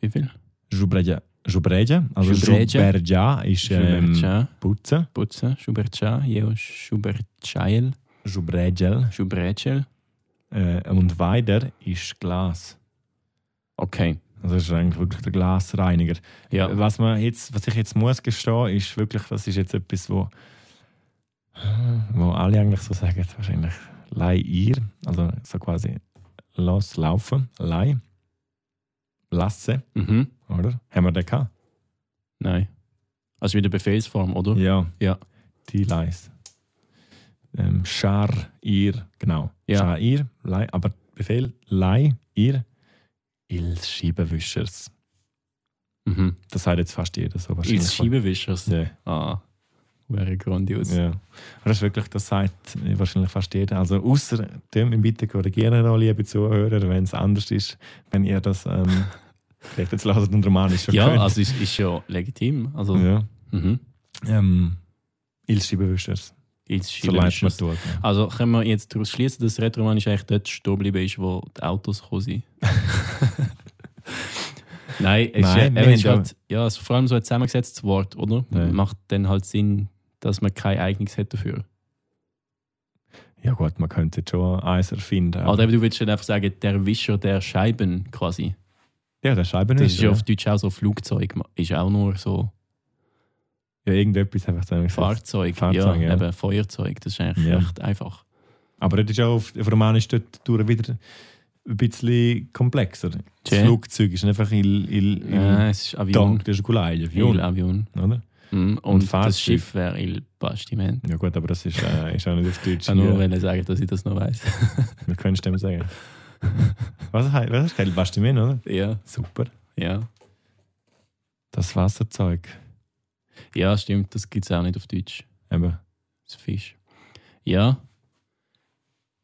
[SPEAKER 2] Wie viel?
[SPEAKER 1] Jubreja. Jubreja. Also
[SPEAKER 2] Jubreja.
[SPEAKER 1] Jubreja ist ähm,
[SPEAKER 2] Schubertja.
[SPEAKER 1] Putzen.
[SPEAKER 2] Putzen. Schubertja. Jeo Schubertjail.
[SPEAKER 1] Jubrejel.
[SPEAKER 2] Schubertjel.
[SPEAKER 1] Äh, und Weider ist Glas.
[SPEAKER 2] Okay.
[SPEAKER 1] Also das ist eigentlich wirklich der Glasreiniger.
[SPEAKER 2] Ja.
[SPEAKER 1] Was, man jetzt, was ich jetzt muss gestehen, ist wirklich, das ist jetzt etwas, wo, wo alle eigentlich so sagen, wahrscheinlich «Leih ihr», also so quasi «Lass laufen», «Leih», «Lasse»,
[SPEAKER 2] Mhm.
[SPEAKER 1] oder? Haben wir den gehabt?
[SPEAKER 2] Nein. Also wieder Befehlsform, oder?
[SPEAKER 1] Ja.
[SPEAKER 2] Ja.
[SPEAKER 1] Die Leis. Ähm, «Schar ihr», genau.
[SPEAKER 2] Ja.
[SPEAKER 1] «Schar ihr», «Leih», aber Befehl «Leih ihr», «Ils Schiebenwischers».
[SPEAKER 2] Mhm.
[SPEAKER 1] Das sagt jetzt fast jeder so wahrscheinlich.
[SPEAKER 2] Als Scheibenwischers.
[SPEAKER 1] Ja.
[SPEAKER 2] Ah, wäre grandios.
[SPEAKER 1] Ja. Aber das ist wirklich, das sagt wahrscheinlich fast jeder. Also außer dem mich bitte korrigieren auch, liebe Zuhörer, wenn es anders ist, wenn ihr das ähm, vielleicht jetzt lasst und Romanisch schon
[SPEAKER 2] Ja,
[SPEAKER 1] könnt.
[SPEAKER 2] also ist, ist ja legitim. Also,
[SPEAKER 1] ja.
[SPEAKER 2] mhm.
[SPEAKER 1] Ähm, Il Schiebenwischers.
[SPEAKER 2] Als
[SPEAKER 1] So leid man
[SPEAKER 2] Scheibenwischers.
[SPEAKER 1] tut. ja.
[SPEAKER 2] Also können wir jetzt daraus schließen, dass Retroman ist eigentlich dort stehen geblieben ist, wo die Autos gekommen sind. Ah. Nein,
[SPEAKER 1] Nein,
[SPEAKER 2] es
[SPEAKER 1] wir
[SPEAKER 2] ist, ja- eben,
[SPEAKER 1] haben
[SPEAKER 2] es ist halt, ja, also vor allem so ein zusammengesetztes Wort, oder?
[SPEAKER 1] Nein.
[SPEAKER 2] Macht dann halt Sinn, dass man kein eigenes hat dafür.
[SPEAKER 1] Ja gut, man könnte jetzt schon eins erfinden.
[SPEAKER 2] Aber eben, du willst dann einfach sagen, der Wischer der Scheiben quasi.
[SPEAKER 1] ja, der Scheibenwischer.
[SPEAKER 2] Das ist ja auf Deutsch auch so Flugzeug, ist auch nur so
[SPEAKER 1] ja. ja, irgendetwas einfach zusammengesetzt.
[SPEAKER 2] Fahrzeug,
[SPEAKER 1] Fahrzeug,
[SPEAKER 2] ja,
[SPEAKER 1] ja.
[SPEAKER 2] Eben, Feuerzeug. Das ist eigentlich
[SPEAKER 1] Ja.
[SPEAKER 2] recht einfach.
[SPEAKER 1] Aber das ist auch auf, auf Romanisch dort durch wieder ein bisschen komplexer. Das
[SPEAKER 2] Tja.
[SPEAKER 1] Flugzeug ist nicht einfach Il, il, il
[SPEAKER 2] Nein, es ist Avion.
[SPEAKER 1] Tank, das ist ein Gulei,
[SPEAKER 2] Il
[SPEAKER 1] Avion,
[SPEAKER 2] Avion.
[SPEAKER 1] oder?
[SPEAKER 2] Mhm.
[SPEAKER 1] Und
[SPEAKER 2] Und,
[SPEAKER 1] Fahrzeug.
[SPEAKER 2] das Schiff wäre Il Bastiment.
[SPEAKER 1] Ja gut, aber das ist, äh, ist auch nicht auf Deutsch.
[SPEAKER 2] Ich kann nur
[SPEAKER 1] ja.
[SPEAKER 2] wollen sagen, dass ich das noch weiß.
[SPEAKER 1] Wir können es dem sagen. Was, hei- was ist geil? Bastimin, oder?
[SPEAKER 2] ja,
[SPEAKER 1] Super.
[SPEAKER 2] ja.
[SPEAKER 1] Das Wasserzeug.
[SPEAKER 2] Ja, stimmt, das gibt es auch nicht auf Deutsch.
[SPEAKER 1] Eben.
[SPEAKER 2] Das Fisch. Ja,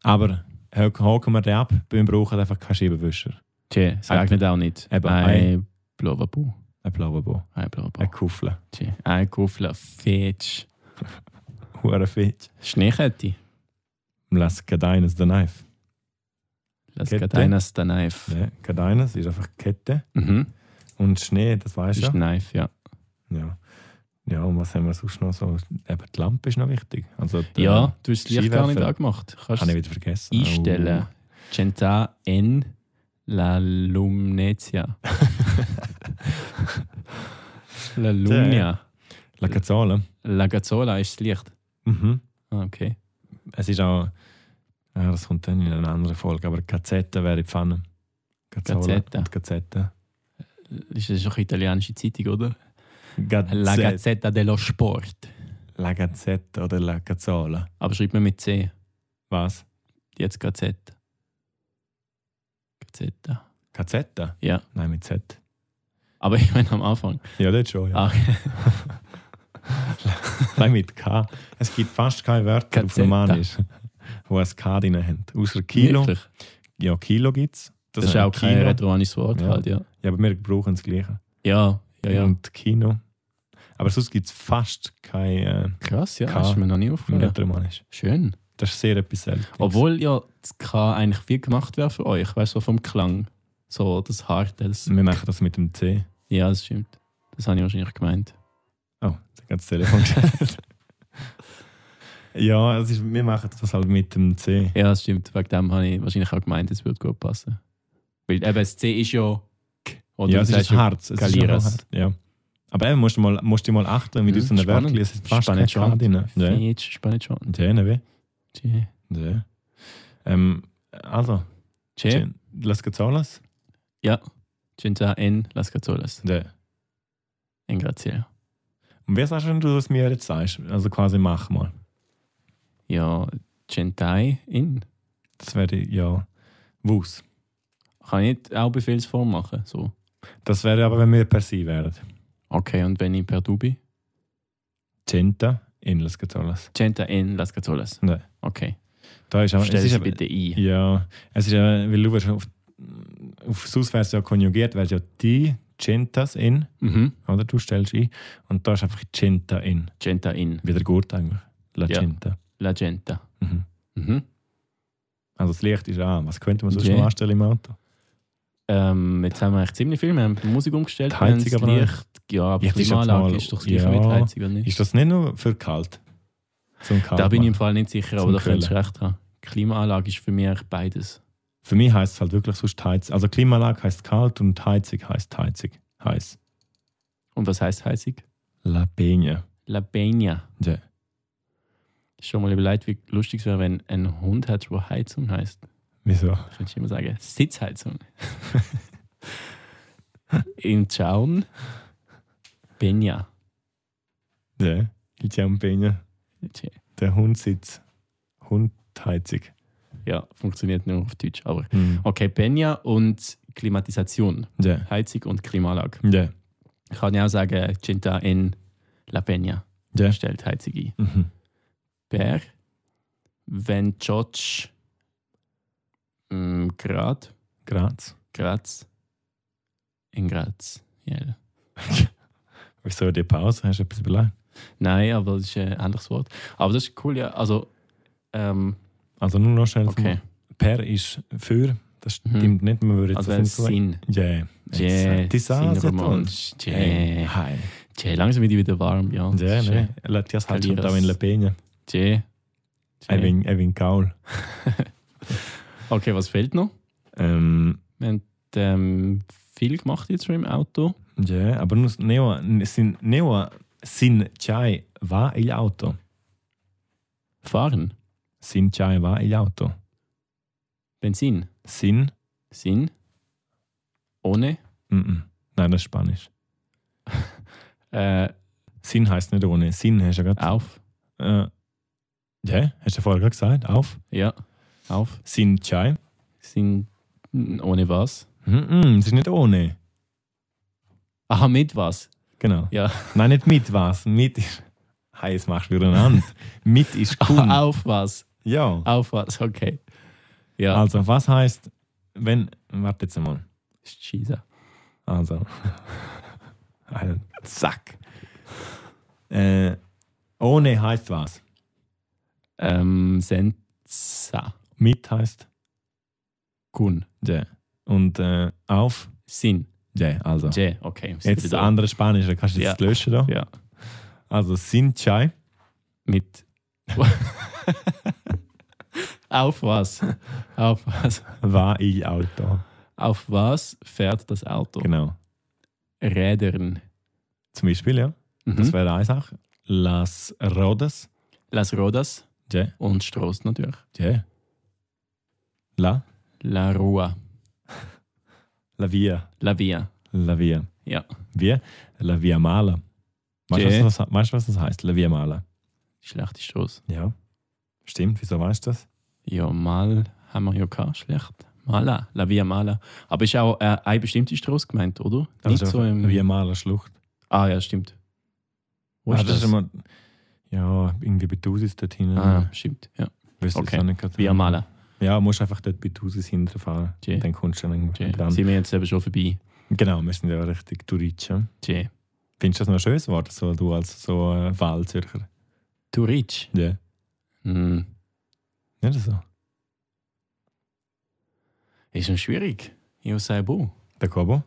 [SPEAKER 1] Aber hak- haken wir den ab, wir brauchen einfach keinen Scheibenwischer.
[SPEAKER 2] tschä, sagt
[SPEAKER 1] Eben.
[SPEAKER 2] nicht auch nicht.
[SPEAKER 1] Eben,
[SPEAKER 2] Ein Blauwabu.
[SPEAKER 1] Ein Blaubeer,
[SPEAKER 2] Ein
[SPEAKER 1] ein
[SPEAKER 2] Blauwabu.
[SPEAKER 1] Kuffel,
[SPEAKER 2] Tschä, Ein Kuffler. Fetsch.
[SPEAKER 1] ein Fitch.
[SPEAKER 2] Schneekette.
[SPEAKER 1] Lass keines der Knife.
[SPEAKER 2] Lass
[SPEAKER 1] Kette.
[SPEAKER 2] geht einer der Knife.
[SPEAKER 1] Ne? Keines ist einfach Kette.
[SPEAKER 2] Mhm.
[SPEAKER 1] Und Schnee, das
[SPEAKER 2] Das
[SPEAKER 1] weißt
[SPEAKER 2] ist
[SPEAKER 1] du.
[SPEAKER 2] Knife, ja.
[SPEAKER 1] Ja. Ja, und was haben wir sonst noch so? Eben, die Lampe ist noch wichtig. Also die,
[SPEAKER 2] Ja, du hast das Licht gar nicht
[SPEAKER 1] Skiwerfer.
[SPEAKER 2] angemacht.
[SPEAKER 1] äh,
[SPEAKER 2] Kannst
[SPEAKER 1] Habe ich wieder Oh. vergessen.
[SPEAKER 2] einstellen. Centa N. La Lumnezia. La Lumnia.
[SPEAKER 1] Oh. La Cazzola.
[SPEAKER 2] La Gazzola ist das Licht.
[SPEAKER 1] Mhm.
[SPEAKER 2] Ah, okay.
[SPEAKER 1] Es ist auch, ja, das kommt dann in einer anderen Folge, aber Gazette wäre die Pfanne. Gazzola
[SPEAKER 2] Gazzetta.
[SPEAKER 1] Und Gazette.
[SPEAKER 2] Ist das doch eine italienische Zeitung, oder? La
[SPEAKER 1] Gazette.
[SPEAKER 2] Gazzetta dello Sport.
[SPEAKER 1] La Gazzetta oder La Cazzola.
[SPEAKER 2] Aber schreibt man mit C.
[SPEAKER 1] Was?
[SPEAKER 2] Jetzt Gazzetta. Gazzetta.
[SPEAKER 1] Gazetta?
[SPEAKER 2] Ja.
[SPEAKER 1] Nein, mit Z.
[SPEAKER 2] Aber ich meine am Anfang.
[SPEAKER 1] Ja, das schon, ja.
[SPEAKER 2] Ah,
[SPEAKER 1] Nein, mit K. Es gibt fast keine Wörter auf
[SPEAKER 2] Gazzetta.
[SPEAKER 1] Romanisch, wo ein K drin haben. Außer Kilo.
[SPEAKER 2] Wirklich?
[SPEAKER 1] Ja, Kilo gibt es.
[SPEAKER 2] Das, ist auch kein retroanisches Wort
[SPEAKER 1] Ja.
[SPEAKER 2] halt, ja.
[SPEAKER 1] Ja, aber wir brauchen das Gleiche.
[SPEAKER 2] Ja, ja, ja.
[SPEAKER 1] Und Kino. Aber sonst gibt es fast kein äh,
[SPEAKER 2] Krass, ja.
[SPEAKER 1] K.
[SPEAKER 2] Das ist mir noch nie
[SPEAKER 1] äh,
[SPEAKER 2] aufgefallen.
[SPEAKER 1] Rätoromanisch.
[SPEAKER 2] Schön.
[SPEAKER 1] Das ist sehr etwas Seltenes.
[SPEAKER 2] Obwohl ja das K eigentlich viel gemacht wäre für euch, weißt du, so vom Klang. So das Harte. Das,
[SPEAKER 1] Wir machen das mit dem C.
[SPEAKER 2] ja, das stimmt. Das habe ich wahrscheinlich gemeint.
[SPEAKER 1] Oh, jetzt hat das Telefon gestellt. ja, es ist, wir machen das halt mit dem C.
[SPEAKER 2] Ja, das stimmt. Wegen dem habe ich wahrscheinlich auch gemeint, es würde gut passen. Weil eben das C ist ja K. Oder
[SPEAKER 1] ja,
[SPEAKER 2] du
[SPEAKER 1] es ist
[SPEAKER 2] sagst
[SPEAKER 1] ein Harz. Es ist
[SPEAKER 2] Galieres.
[SPEAKER 1] ein Harz. Ja. Aber eben, musst du mal, musst du mal achten, wie du
[SPEAKER 2] Mhm,
[SPEAKER 1] so eine
[SPEAKER 2] spannend.
[SPEAKER 1] Wörter Es ist fast
[SPEAKER 2] Spannend
[SPEAKER 1] keine K
[SPEAKER 2] schon.
[SPEAKER 1] drin. Ja,
[SPEAKER 2] Fitch, Spanisch schon.
[SPEAKER 1] ja, ne, wie?
[SPEAKER 2] Tje.
[SPEAKER 1] ja. Ähm, also,
[SPEAKER 2] Che,
[SPEAKER 1] Las Cazolas?
[SPEAKER 2] ja. Cinta en las Cazolas.
[SPEAKER 1] Ja.
[SPEAKER 2] En grazie.
[SPEAKER 1] Und wer sagst du, wenn du es mir jetzt sagst? Also quasi mach mal.
[SPEAKER 2] Ja, Gentai in.
[SPEAKER 1] Das wäre ja Wus.
[SPEAKER 2] Kann ich nicht auch Befehlsform machen? So.
[SPEAKER 1] Das wäre aber, wenn wir per se wären.
[SPEAKER 2] Okay, und wenn ich per du bin?
[SPEAKER 1] Centa in Las Cazolas.
[SPEAKER 2] Cinta en las Cazolas.
[SPEAKER 1] Nein.
[SPEAKER 2] Okay.
[SPEAKER 1] Da ist aber,
[SPEAKER 2] Stell
[SPEAKER 1] es ist
[SPEAKER 2] sie
[SPEAKER 1] aber,
[SPEAKER 2] bitte ein.
[SPEAKER 1] Ja, es ist ja, weil du wirst auf, auf Sus wärst ja konjugiert, wärst ja die Centas in,
[SPEAKER 2] Mhm.
[SPEAKER 1] oder? Du stellst ein und da ist einfach Centa in.
[SPEAKER 2] Genta in.
[SPEAKER 1] Wieder gut eigentlich. La
[SPEAKER 2] Ja.
[SPEAKER 1] Centa.
[SPEAKER 2] La Genta.
[SPEAKER 1] Mhm.
[SPEAKER 2] Mhm.
[SPEAKER 1] Also das Licht ist an. Was könnte man sonst
[SPEAKER 2] Yeah.
[SPEAKER 1] noch anstellen im Auto?
[SPEAKER 2] Ähm, jetzt haben wir echt ziemlich viel. Wir haben die Musik umgestellt.
[SPEAKER 1] Die Heizung
[SPEAKER 2] wir haben
[SPEAKER 1] aber noch.
[SPEAKER 2] das Licht. Ja, aber
[SPEAKER 1] Ja,
[SPEAKER 2] ja,
[SPEAKER 1] das ist jetzt mal-
[SPEAKER 2] Klimaanlage ist doch das gleiche
[SPEAKER 1] Ja.
[SPEAKER 2] mit Heizung, oder nicht?
[SPEAKER 1] Ist das nicht nur für kalt? Zum kalt
[SPEAKER 2] da bin ich im
[SPEAKER 1] machen?
[SPEAKER 2] Fall nicht sicher,
[SPEAKER 1] Zum
[SPEAKER 2] aber da könntest du recht haben. Klimaanlage ist für mich eigentlich beides.
[SPEAKER 1] Für mich heißt es halt wirklich sonst Heiz. Also Klimaanlage heißt kalt und Heizig heißt Heizig. Heiß.
[SPEAKER 2] Und was heißt Heizung?
[SPEAKER 1] La Peña.
[SPEAKER 2] La Peña.
[SPEAKER 1] Ja.
[SPEAKER 2] Ist Schon mal überlegt, wie lustig es wäre, wenn ein Hund hat, der Heizung heißt.
[SPEAKER 1] Wieso?
[SPEAKER 2] Könntest du immer sagen, Sitzheizung. Im Zaun Peña.
[SPEAKER 1] Ja. Ich habe Peña. Der Hund sitzt. Hund heizig.
[SPEAKER 2] Ja, funktioniert nur auf Deutsch. Aber
[SPEAKER 1] Mhm.
[SPEAKER 2] okay, Peña und Klimatisation.
[SPEAKER 1] Ja.
[SPEAKER 2] Heizung und Klimaanlage.
[SPEAKER 1] Ja.
[SPEAKER 2] Ich kann ja auch sagen, Cinta in La Peña
[SPEAKER 1] Ja.
[SPEAKER 2] stellt Heizung ein.
[SPEAKER 1] Mhm.
[SPEAKER 2] Bär, wenn George ähm, Grad,
[SPEAKER 1] Graz.
[SPEAKER 2] Graz, in Graz, ja.
[SPEAKER 1] Wieso die Pause? Hast du etwas überlegt?
[SPEAKER 2] Nein, aber das ist äh, ein anderes Wort. Aber das ist cool, ja. Also, ähm,
[SPEAKER 1] Also nur noch schnell.
[SPEAKER 2] okay.
[SPEAKER 1] Per ist für. Das
[SPEAKER 2] Mhm.
[SPEAKER 1] stimmt nicht. Man würde jetzt
[SPEAKER 2] Also,
[SPEAKER 1] das
[SPEAKER 2] ein
[SPEAKER 1] nicht so
[SPEAKER 2] Sinn.
[SPEAKER 1] Ja.
[SPEAKER 2] Yeah,
[SPEAKER 1] Die Sase und.
[SPEAKER 2] Yeah.
[SPEAKER 1] Hi.
[SPEAKER 2] Yeah. Langsam wird die wieder warm, ja.
[SPEAKER 1] Ja, ne. La Tias halt schon da in La Peña.
[SPEAKER 2] Yeah.
[SPEAKER 1] Ein wenig- ein wenig Gaul.
[SPEAKER 2] Okay, was fehlt noch?
[SPEAKER 1] Ähm,
[SPEAKER 2] Wir haben ähm, viel gemacht jetzt schon im Auto.
[SPEAKER 1] Ja, aber nur Neo, sin, Neo, sin chai va il auto.
[SPEAKER 2] Fahren,
[SPEAKER 1] Sin chai va il auto.
[SPEAKER 2] Benzin,
[SPEAKER 1] Sin,
[SPEAKER 2] Sinn, ohne,
[SPEAKER 1] mm -mm. nein, das ist Spanisch.
[SPEAKER 2] äh,
[SPEAKER 1] Sin heißt nicht ohne. Sin hast du ja gerade.
[SPEAKER 2] auf.
[SPEAKER 1] Äh, ja, hast du ja vorher gerade gesagt. Auf.
[SPEAKER 2] Ja, auf.
[SPEAKER 1] Sin chai.
[SPEAKER 2] Sind ohne was?
[SPEAKER 1] Mm -mm, es ist nicht ohne.
[SPEAKER 2] Aha, mit was?
[SPEAKER 1] Genau.
[SPEAKER 2] Ja.
[SPEAKER 1] Nein, nicht mit was. Mit ist. Hey, jetzt machst du wieder einen Mit ist Kun.
[SPEAKER 2] Aha, auf was?
[SPEAKER 1] ja.
[SPEAKER 2] Auf was, okay. Ah, Ja,
[SPEAKER 1] Also, was heißt, wenn. Warte jetzt mal.
[SPEAKER 2] ist Cheese.
[SPEAKER 1] Also. Ein Sack. Äh, ohne heißt was.
[SPEAKER 2] Ähm, Senza.
[SPEAKER 1] Mit heißt
[SPEAKER 2] Kun.
[SPEAKER 1] der. Und äh, auf
[SPEAKER 2] Sin.
[SPEAKER 1] der. Also.
[SPEAKER 2] Je, okay. sind
[SPEAKER 1] Jetzt das
[SPEAKER 2] wir da.
[SPEAKER 1] andere Spanische, kannst du jetzt löschen da?
[SPEAKER 2] Ja.
[SPEAKER 1] Also Sinchai.
[SPEAKER 2] Mit. auf was? Auf was?
[SPEAKER 1] war ich Auto.
[SPEAKER 2] Auf was fährt das Auto?
[SPEAKER 1] Genau.
[SPEAKER 2] Rädern.
[SPEAKER 1] Zum Beispiel, ja. Das
[SPEAKER 2] Mhm.
[SPEAKER 1] wäre eine Sache. Las Rodas.
[SPEAKER 2] Las Rodas
[SPEAKER 1] Ja,
[SPEAKER 2] und Stroß natürlich.
[SPEAKER 1] ja. La.
[SPEAKER 2] La Rua.
[SPEAKER 1] La Via.
[SPEAKER 2] La Via.
[SPEAKER 1] La Via.
[SPEAKER 2] Ja.
[SPEAKER 1] Wir. La Via Mala. Weißt
[SPEAKER 2] Ja.
[SPEAKER 1] du, was das- weißt du, was das heißt? La Via Mala.
[SPEAKER 2] Schlechte Stroß.
[SPEAKER 1] Ja. Stimmt, wieso weißt du das?
[SPEAKER 2] Ja, mal haben wir ja gehabt, schlecht. Mala, La Via Mala. Aber ist auch äh, eine bestimmte Straße gemeint, oder?
[SPEAKER 1] Also
[SPEAKER 2] Nicht so im.
[SPEAKER 1] Wie Maler Schlucht.
[SPEAKER 2] Ah, ja, stimmt. Wo
[SPEAKER 1] Ah,
[SPEAKER 2] ist das?
[SPEAKER 1] immer, ja, irgendwie Betusis dort hinten.
[SPEAKER 2] ah, stimmt. Ja.
[SPEAKER 1] Weißt du,
[SPEAKER 2] okay.
[SPEAKER 1] das auch nicht gerade.
[SPEAKER 2] Via Mala.
[SPEAKER 1] Ja, musst einfach dort Betusis hinterfahren.
[SPEAKER 2] Tje.
[SPEAKER 1] Dann kommst du dann irgendwie
[SPEAKER 2] Tje.
[SPEAKER 1] dran.
[SPEAKER 2] Sind wir jetzt eben schon vorbei?
[SPEAKER 1] Genau, wir sind ja richtig Touritschen.
[SPEAKER 2] Tje.
[SPEAKER 1] Findest du das noch ein schönes Wort, so, du als so äh, Wahlzürcher?
[SPEAKER 2] Turic.
[SPEAKER 1] Ja.
[SPEAKER 2] Hm.
[SPEAKER 1] Nicht so?
[SPEAKER 2] Ist schon schwierig. Io sei bo.
[SPEAKER 1] Der Kobo?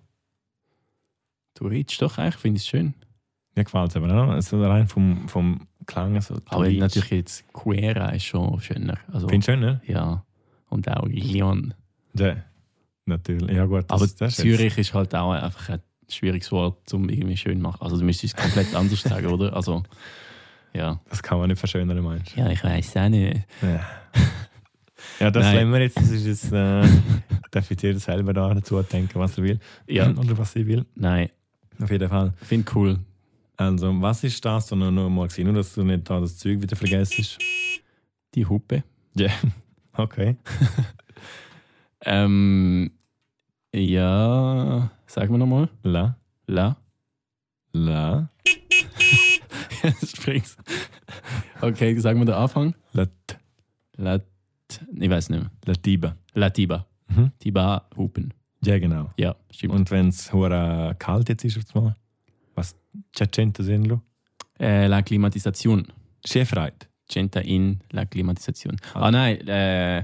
[SPEAKER 2] Turic, doch, eigentlich finde ich es schön.
[SPEAKER 1] Mir gefällt es aber auch. Also rein vom, vom Klang. also So
[SPEAKER 2] Aber
[SPEAKER 1] Turitsch.
[SPEAKER 2] natürlich jetzt Quera ist schon schöner. Also,
[SPEAKER 1] Findest du schön, ne?
[SPEAKER 2] ja. Und auch Lyon.
[SPEAKER 1] Ja. Natürlich. Ja, gut.
[SPEAKER 2] Aber
[SPEAKER 1] ist jetzt-
[SPEAKER 2] Zürich ist halt auch einfach ein schwieriges Wort, um irgendwie schön zu machen. Also du müsstest es komplett anders sagen, oder? Also, ja.
[SPEAKER 1] Das kann man nicht verschönern, meinst
[SPEAKER 2] Ja, ich weiß auch nicht.
[SPEAKER 1] du? Ja. Ja, das lassen
[SPEAKER 2] Nein.
[SPEAKER 1] wir jetzt. Das ist jetzt äh, darf jetzt jeder selber da dazu denken, was er will.
[SPEAKER 2] Ja,
[SPEAKER 1] Oder was sie will.
[SPEAKER 2] nein,
[SPEAKER 1] Auf jeden Fall.
[SPEAKER 2] finde cool.
[SPEAKER 1] Also, was ist das, was noch noch mal gesehen Nur, dass du nicht da das Zeug wieder vergisst.
[SPEAKER 2] Die Huppe.
[SPEAKER 1] Okay.
[SPEAKER 2] Ähm, ja, sagen wir nochmal.
[SPEAKER 1] La.
[SPEAKER 2] La.
[SPEAKER 1] La.
[SPEAKER 2] Springs. Okay, sagen wir den Anfang.
[SPEAKER 1] La.
[SPEAKER 2] Lat. Ich weiß nicht mehr.
[SPEAKER 1] Latiba.
[SPEAKER 2] Latiba.
[SPEAKER 1] Mhm.
[SPEAKER 2] Tiba Hupen.
[SPEAKER 1] Ja, genau.
[SPEAKER 2] Ja, stimmt.
[SPEAKER 1] Und wenn es hure kalt jetzt ist, mal, was Tschetschente sind, lo?
[SPEAKER 2] Äh, la Klimatisation.
[SPEAKER 1] Schäfreit.
[SPEAKER 2] Centa in la Klimatisation. Ah, nein, äh,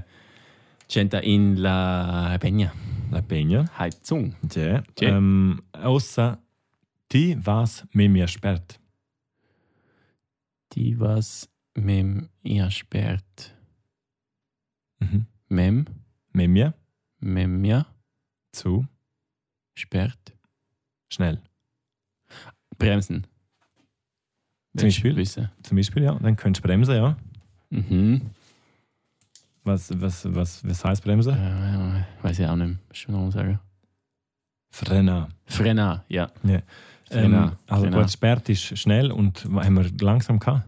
[SPEAKER 2] Centa in la Peña.
[SPEAKER 1] La Peña.
[SPEAKER 2] Heizung.
[SPEAKER 1] Ja.
[SPEAKER 2] Ja.
[SPEAKER 1] Ähm, außer die, was mit mir sperrt.
[SPEAKER 2] Die was mem ihr sperrt.
[SPEAKER 1] Mhm.
[SPEAKER 2] Mem,
[SPEAKER 1] Mit mir
[SPEAKER 2] mem ja,
[SPEAKER 1] zu
[SPEAKER 2] sperrt.
[SPEAKER 1] schnell.
[SPEAKER 2] Bremsen.
[SPEAKER 1] Zum
[SPEAKER 2] Willst du
[SPEAKER 1] Beispiel?
[SPEAKER 2] Wissen.
[SPEAKER 1] Zum Beispiel, ja. Dann könntest du bremsen, ja.
[SPEAKER 2] Mhm.
[SPEAKER 1] Was, was, was, was heißt bremsen?
[SPEAKER 2] Äh, weiß ich auch nicht. mehr. Schon noch mal sagen.
[SPEAKER 1] Frena.
[SPEAKER 2] Frena, ja.
[SPEAKER 1] Ja.
[SPEAKER 2] Frena.
[SPEAKER 1] Ähm, also
[SPEAKER 2] Frena.
[SPEAKER 1] gut, sperrt ist schnell und haben wir langsam gehabt?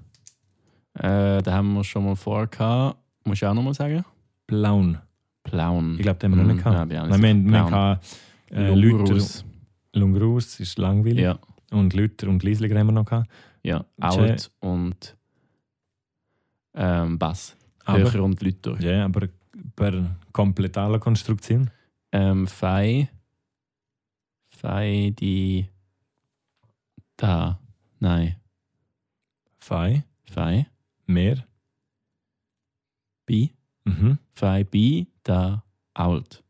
[SPEAKER 2] Äh, da haben wir schon mal vor gehabt. Muss ich auch nochmal sagen?
[SPEAKER 1] Blauen.
[SPEAKER 2] Plauen.
[SPEAKER 1] Ich glaube, den haben wir noch nicht gehabt. Mm, Nein, wir haben- wir haben gehabt, äh, Lüter,
[SPEAKER 2] Lungrus.
[SPEAKER 1] Lungrus ist langweilig.
[SPEAKER 2] Ja,
[SPEAKER 1] Und Lüter und Liesliger haben wir noch gehabt.
[SPEAKER 2] ja.
[SPEAKER 1] Tschä.
[SPEAKER 2] Out und ähm, Bass.
[SPEAKER 1] Aber,
[SPEAKER 2] Höher und Lüter.
[SPEAKER 1] ja, aber per kompletale Konstruktion.
[SPEAKER 2] Ähm, Fei. Fei, die. Da. Nein.
[SPEAKER 1] Fei,
[SPEAKER 2] Fei.
[SPEAKER 1] mehr.
[SPEAKER 2] Bi.
[SPEAKER 1] Mhm.
[SPEAKER 2] Fei, bi, da, out.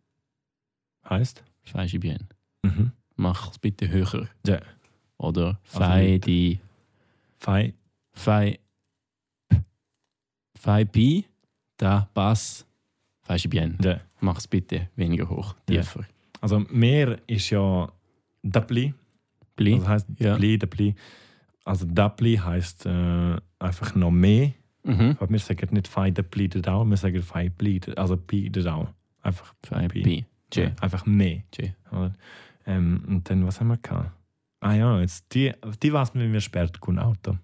[SPEAKER 1] Heißt?
[SPEAKER 2] Fei, ist bien.
[SPEAKER 1] Mhm.
[SPEAKER 2] Mach's bitte höher.
[SPEAKER 1] Ja.
[SPEAKER 2] Oder
[SPEAKER 1] Also
[SPEAKER 2] Fei,
[SPEAKER 1] mit-
[SPEAKER 2] die.
[SPEAKER 1] Fei,
[SPEAKER 2] Fei. Fei, bi, da, Bass. Fei, ist bien.
[SPEAKER 1] ja.
[SPEAKER 2] Mach's bitte weniger hoch,
[SPEAKER 1] Ja.
[SPEAKER 2] tiefer.
[SPEAKER 1] Also mehr ist ja Doppli.
[SPEAKER 2] Bli.
[SPEAKER 1] Das heißt
[SPEAKER 2] Ja.
[SPEAKER 1] Doppli, Doppli. Also Doppli heißt äh, einfach noch mehr.
[SPEAKER 2] Mhm.
[SPEAKER 1] Aber wir sagen nicht Fei Doppli Dedau, wir sagen Fei Pli, de- also Pi Dedau. Einfach,
[SPEAKER 2] Fei,
[SPEAKER 1] Pi.
[SPEAKER 2] bi. J.
[SPEAKER 1] ja, einfach mehr.
[SPEAKER 2] J.
[SPEAKER 1] Oder? Ähm, und dann, was haben wir gehabt? Ah ja, jetzt die, die was mit mir sperrt, kein Auto.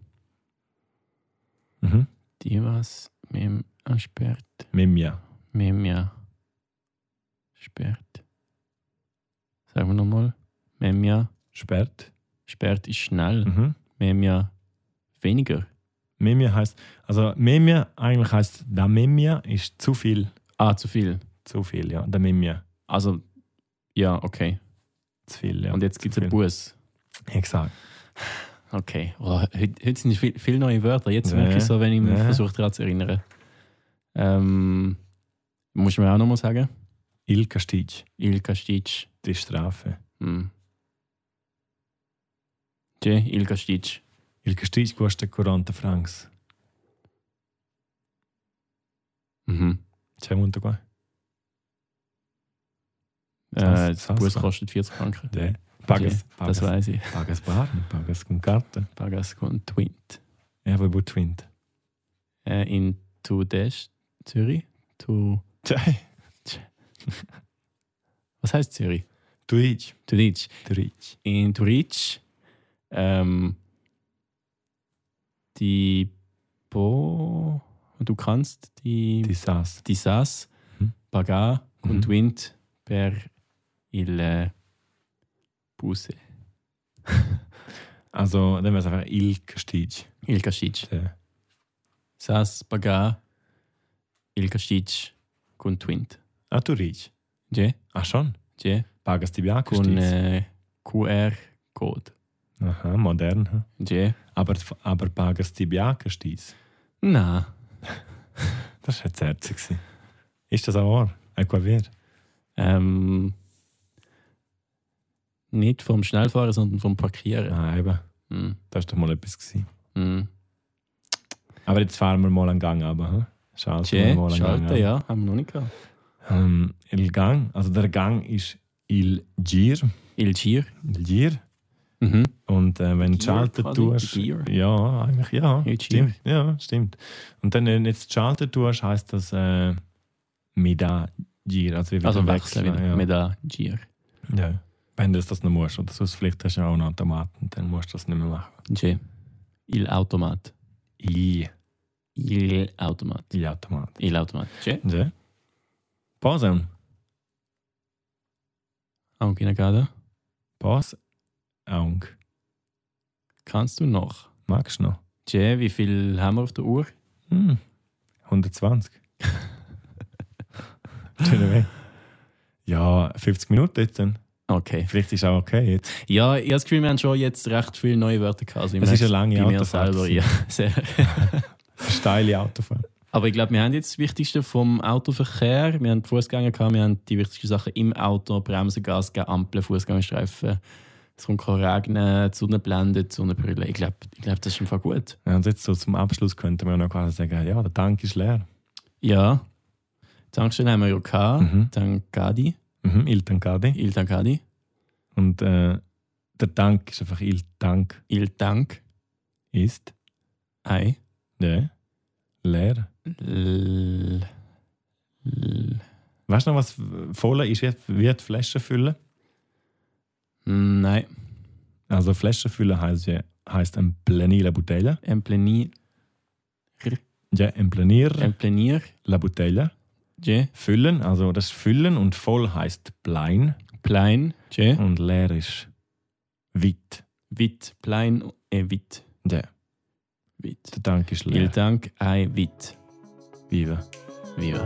[SPEAKER 1] Mhm.
[SPEAKER 2] Die was mem ansperrt,
[SPEAKER 1] Mit mir.
[SPEAKER 2] mem ja sperrt. Sagen wir nochmal. Mem ja
[SPEAKER 1] Sperrt.
[SPEAKER 2] sperrt ist schnell,
[SPEAKER 1] Mhm.
[SPEAKER 2] mem ja weniger.
[SPEAKER 1] Memia heißt, also Memia eigentlich heißt, da Memia ist zu viel,
[SPEAKER 2] Ah, zu viel.
[SPEAKER 1] zu viel, ja, da Memia,
[SPEAKER 2] Also, ja, okay.
[SPEAKER 1] zu viel, ja.
[SPEAKER 2] Und jetzt gibt es einen
[SPEAKER 1] Buch.
[SPEAKER 2] Bus.
[SPEAKER 1] Exakt.
[SPEAKER 2] Okay. Oh, heute, heute sind viele viel neue Wörter. Jetzt
[SPEAKER 1] Ja.
[SPEAKER 2] merke ich so, wenn ich mich
[SPEAKER 1] Ja.
[SPEAKER 2] versuche, daran zu erinnern. Ähm, muss man auch nochmal sagen?
[SPEAKER 1] Il Castig,
[SPEAKER 2] Il Kastitsch.
[SPEAKER 1] die Strafe.
[SPEAKER 2] Hm. Tje, Il Kastitsch.
[SPEAKER 1] Il Castig kostet 40 Francs.
[SPEAKER 2] Mhm.
[SPEAKER 1] C'è molto qua?
[SPEAKER 2] Äh,
[SPEAKER 1] Sas-
[SPEAKER 2] das
[SPEAKER 1] Sas-
[SPEAKER 2] Bus kostet 40 Franken.
[SPEAKER 1] Ja. Pagas,
[SPEAKER 2] Das
[SPEAKER 1] pagas,
[SPEAKER 2] weiß ich.
[SPEAKER 1] pagas bar, nicht pagas con Karte.
[SPEAKER 2] Pagas und Twint.
[SPEAKER 1] Ja, aber gut twint.
[SPEAKER 2] Äh, in Tudesch, Zürich. Tu, was heißt Zürich?
[SPEAKER 1] Du ich,
[SPEAKER 2] Tudic.
[SPEAKER 1] du ich.
[SPEAKER 2] In Turic. Ähm, die Bo. Du kannst die,
[SPEAKER 1] Die Sass.
[SPEAKER 2] die Sas,
[SPEAKER 1] Mhm.
[SPEAKER 2] Paga
[SPEAKER 1] Mhm.
[SPEAKER 2] und Twint per il äh, Busse.
[SPEAKER 1] Also, dann wäre es einfach Il Castig.
[SPEAKER 2] Il Kastitsch.
[SPEAKER 1] Ja.
[SPEAKER 2] Sas, Paga, il Kastitsch, kun Twint.
[SPEAKER 1] Ah, du ich.
[SPEAKER 2] Je,
[SPEAKER 1] Ah, schon?
[SPEAKER 2] je,
[SPEAKER 1] Pagas die Bianca
[SPEAKER 2] kun äh, QR-Code.
[SPEAKER 1] Aha, modern. hm?
[SPEAKER 2] Je,
[SPEAKER 1] Aber, aber pagas die Bianca stieß.
[SPEAKER 2] na,
[SPEAKER 1] Das war jetzt herzig. gewesen. Ist das auch wahr? Äh, Aquavir?
[SPEAKER 2] ähm, nicht vom Schnellfahren, sondern vom Parkieren.
[SPEAKER 1] Nein, eben.
[SPEAKER 2] Hm,
[SPEAKER 1] Das war doch mal etwas. Gewesen.
[SPEAKER 2] hm.
[SPEAKER 1] Aber jetzt fahren wir mal einen Gang runter. Hm? Schalten
[SPEAKER 2] Je,
[SPEAKER 1] wir mal einen Gang
[SPEAKER 2] Schalter,
[SPEAKER 1] runter.
[SPEAKER 2] ja, haben wir noch nicht gehabt.
[SPEAKER 1] Ähm, il Gang, also der Gang ist Il Gir.
[SPEAKER 2] Il Gir.
[SPEAKER 1] Il Gir.
[SPEAKER 2] Mhm.
[SPEAKER 1] Und äh, wenn du
[SPEAKER 2] Gir,
[SPEAKER 1] Schalter
[SPEAKER 2] quasi,
[SPEAKER 1] tust.
[SPEAKER 2] Gir.
[SPEAKER 1] Ja, eigentlich ja.
[SPEAKER 2] Il Gir.
[SPEAKER 1] Stimmt. Ja, stimmt. Und dann, wenn du jetzt Schalter tust, heisst das äh, Medagir. Also, wir
[SPEAKER 2] Also wechseln wieder
[SPEAKER 1] Ja.
[SPEAKER 2] mit der Gier.
[SPEAKER 1] ja. Wenn du das noch musst. Oder sonst vielleicht hast du auch einen Automaten, dann musst du das nicht mehr machen.
[SPEAKER 2] G. Il Automat.
[SPEAKER 1] I.
[SPEAKER 2] Il Automat.
[SPEAKER 1] Die Automat.
[SPEAKER 2] Il Automat. G.
[SPEAKER 1] Ja. Pause.
[SPEAKER 2] Auch in der Garde.
[SPEAKER 1] Pause. Augen.
[SPEAKER 2] Kannst du noch?
[SPEAKER 1] Magst du noch?
[SPEAKER 2] G. Wie viel haben wir auf der Uhr?
[SPEAKER 1] Hm. 120. Schöner Weg. Ja, 50 Minuten jetzt dann.
[SPEAKER 2] Okay.
[SPEAKER 1] Vielleicht ist auch okay jetzt.
[SPEAKER 2] Ja, ich habe das Gefühl, wir haben schon jetzt recht viele neue Wörter gehabt. Also ich
[SPEAKER 1] Es ist
[SPEAKER 2] merk's
[SPEAKER 1] eine lange
[SPEAKER 2] bei mir
[SPEAKER 1] Autofahrt.
[SPEAKER 2] selber. Ja, sehr.
[SPEAKER 1] Steile Autofahrt.
[SPEAKER 2] Aber ich glaube, wir haben jetzt das Wichtigste vom Autoverkehr. Wir haben die Fußgänger gehabt, wir haben die wichtigsten Sachen im Auto: Bremsen, Gas geben, Ampeln, Fußgängerstreifen. Es kommt kein Regnen, die Sonne blendet, die Sonne brüllt. Ich glaube, ich glaub, das ist einfach gut.
[SPEAKER 1] Ja, und jetzt so zum Abschluss könnten wir noch quasi sagen, ja, der Tank ist leer.
[SPEAKER 2] Ja. Tankstelle haben wir ja gehabt.
[SPEAKER 1] Mhm.
[SPEAKER 2] Tankadi.
[SPEAKER 1] Mhm, Il Tankade.
[SPEAKER 2] Il Tankadi.
[SPEAKER 1] Und äh, der Tank ist einfach Il Tank
[SPEAKER 2] Il Tank.
[SPEAKER 1] ist
[SPEAKER 2] Ei.
[SPEAKER 1] ja, leer.
[SPEAKER 2] L. L.
[SPEAKER 1] Weißt du noch, was voll ist? jetzt? Wird Flaschen füllen?
[SPEAKER 2] Nein.
[SPEAKER 1] Also Flaschen füllen heisst, ja, heisst ein Planir la Bouteille.
[SPEAKER 2] Emplenir.
[SPEAKER 1] Ja, ein Planir
[SPEAKER 2] Emplenir.
[SPEAKER 1] la Bouteille.
[SPEAKER 2] J.
[SPEAKER 1] Füllen, also das Füllen und voll heißt Plein
[SPEAKER 2] Plein. J.
[SPEAKER 1] und leer ist weit.
[SPEAKER 2] Wit. Plein. E. Wit.
[SPEAKER 1] Ja,
[SPEAKER 2] Wit.
[SPEAKER 1] der Tank ist
[SPEAKER 2] Il
[SPEAKER 1] leer.
[SPEAKER 2] Tank. Ei. Wit.
[SPEAKER 1] Viva.
[SPEAKER 2] Viva.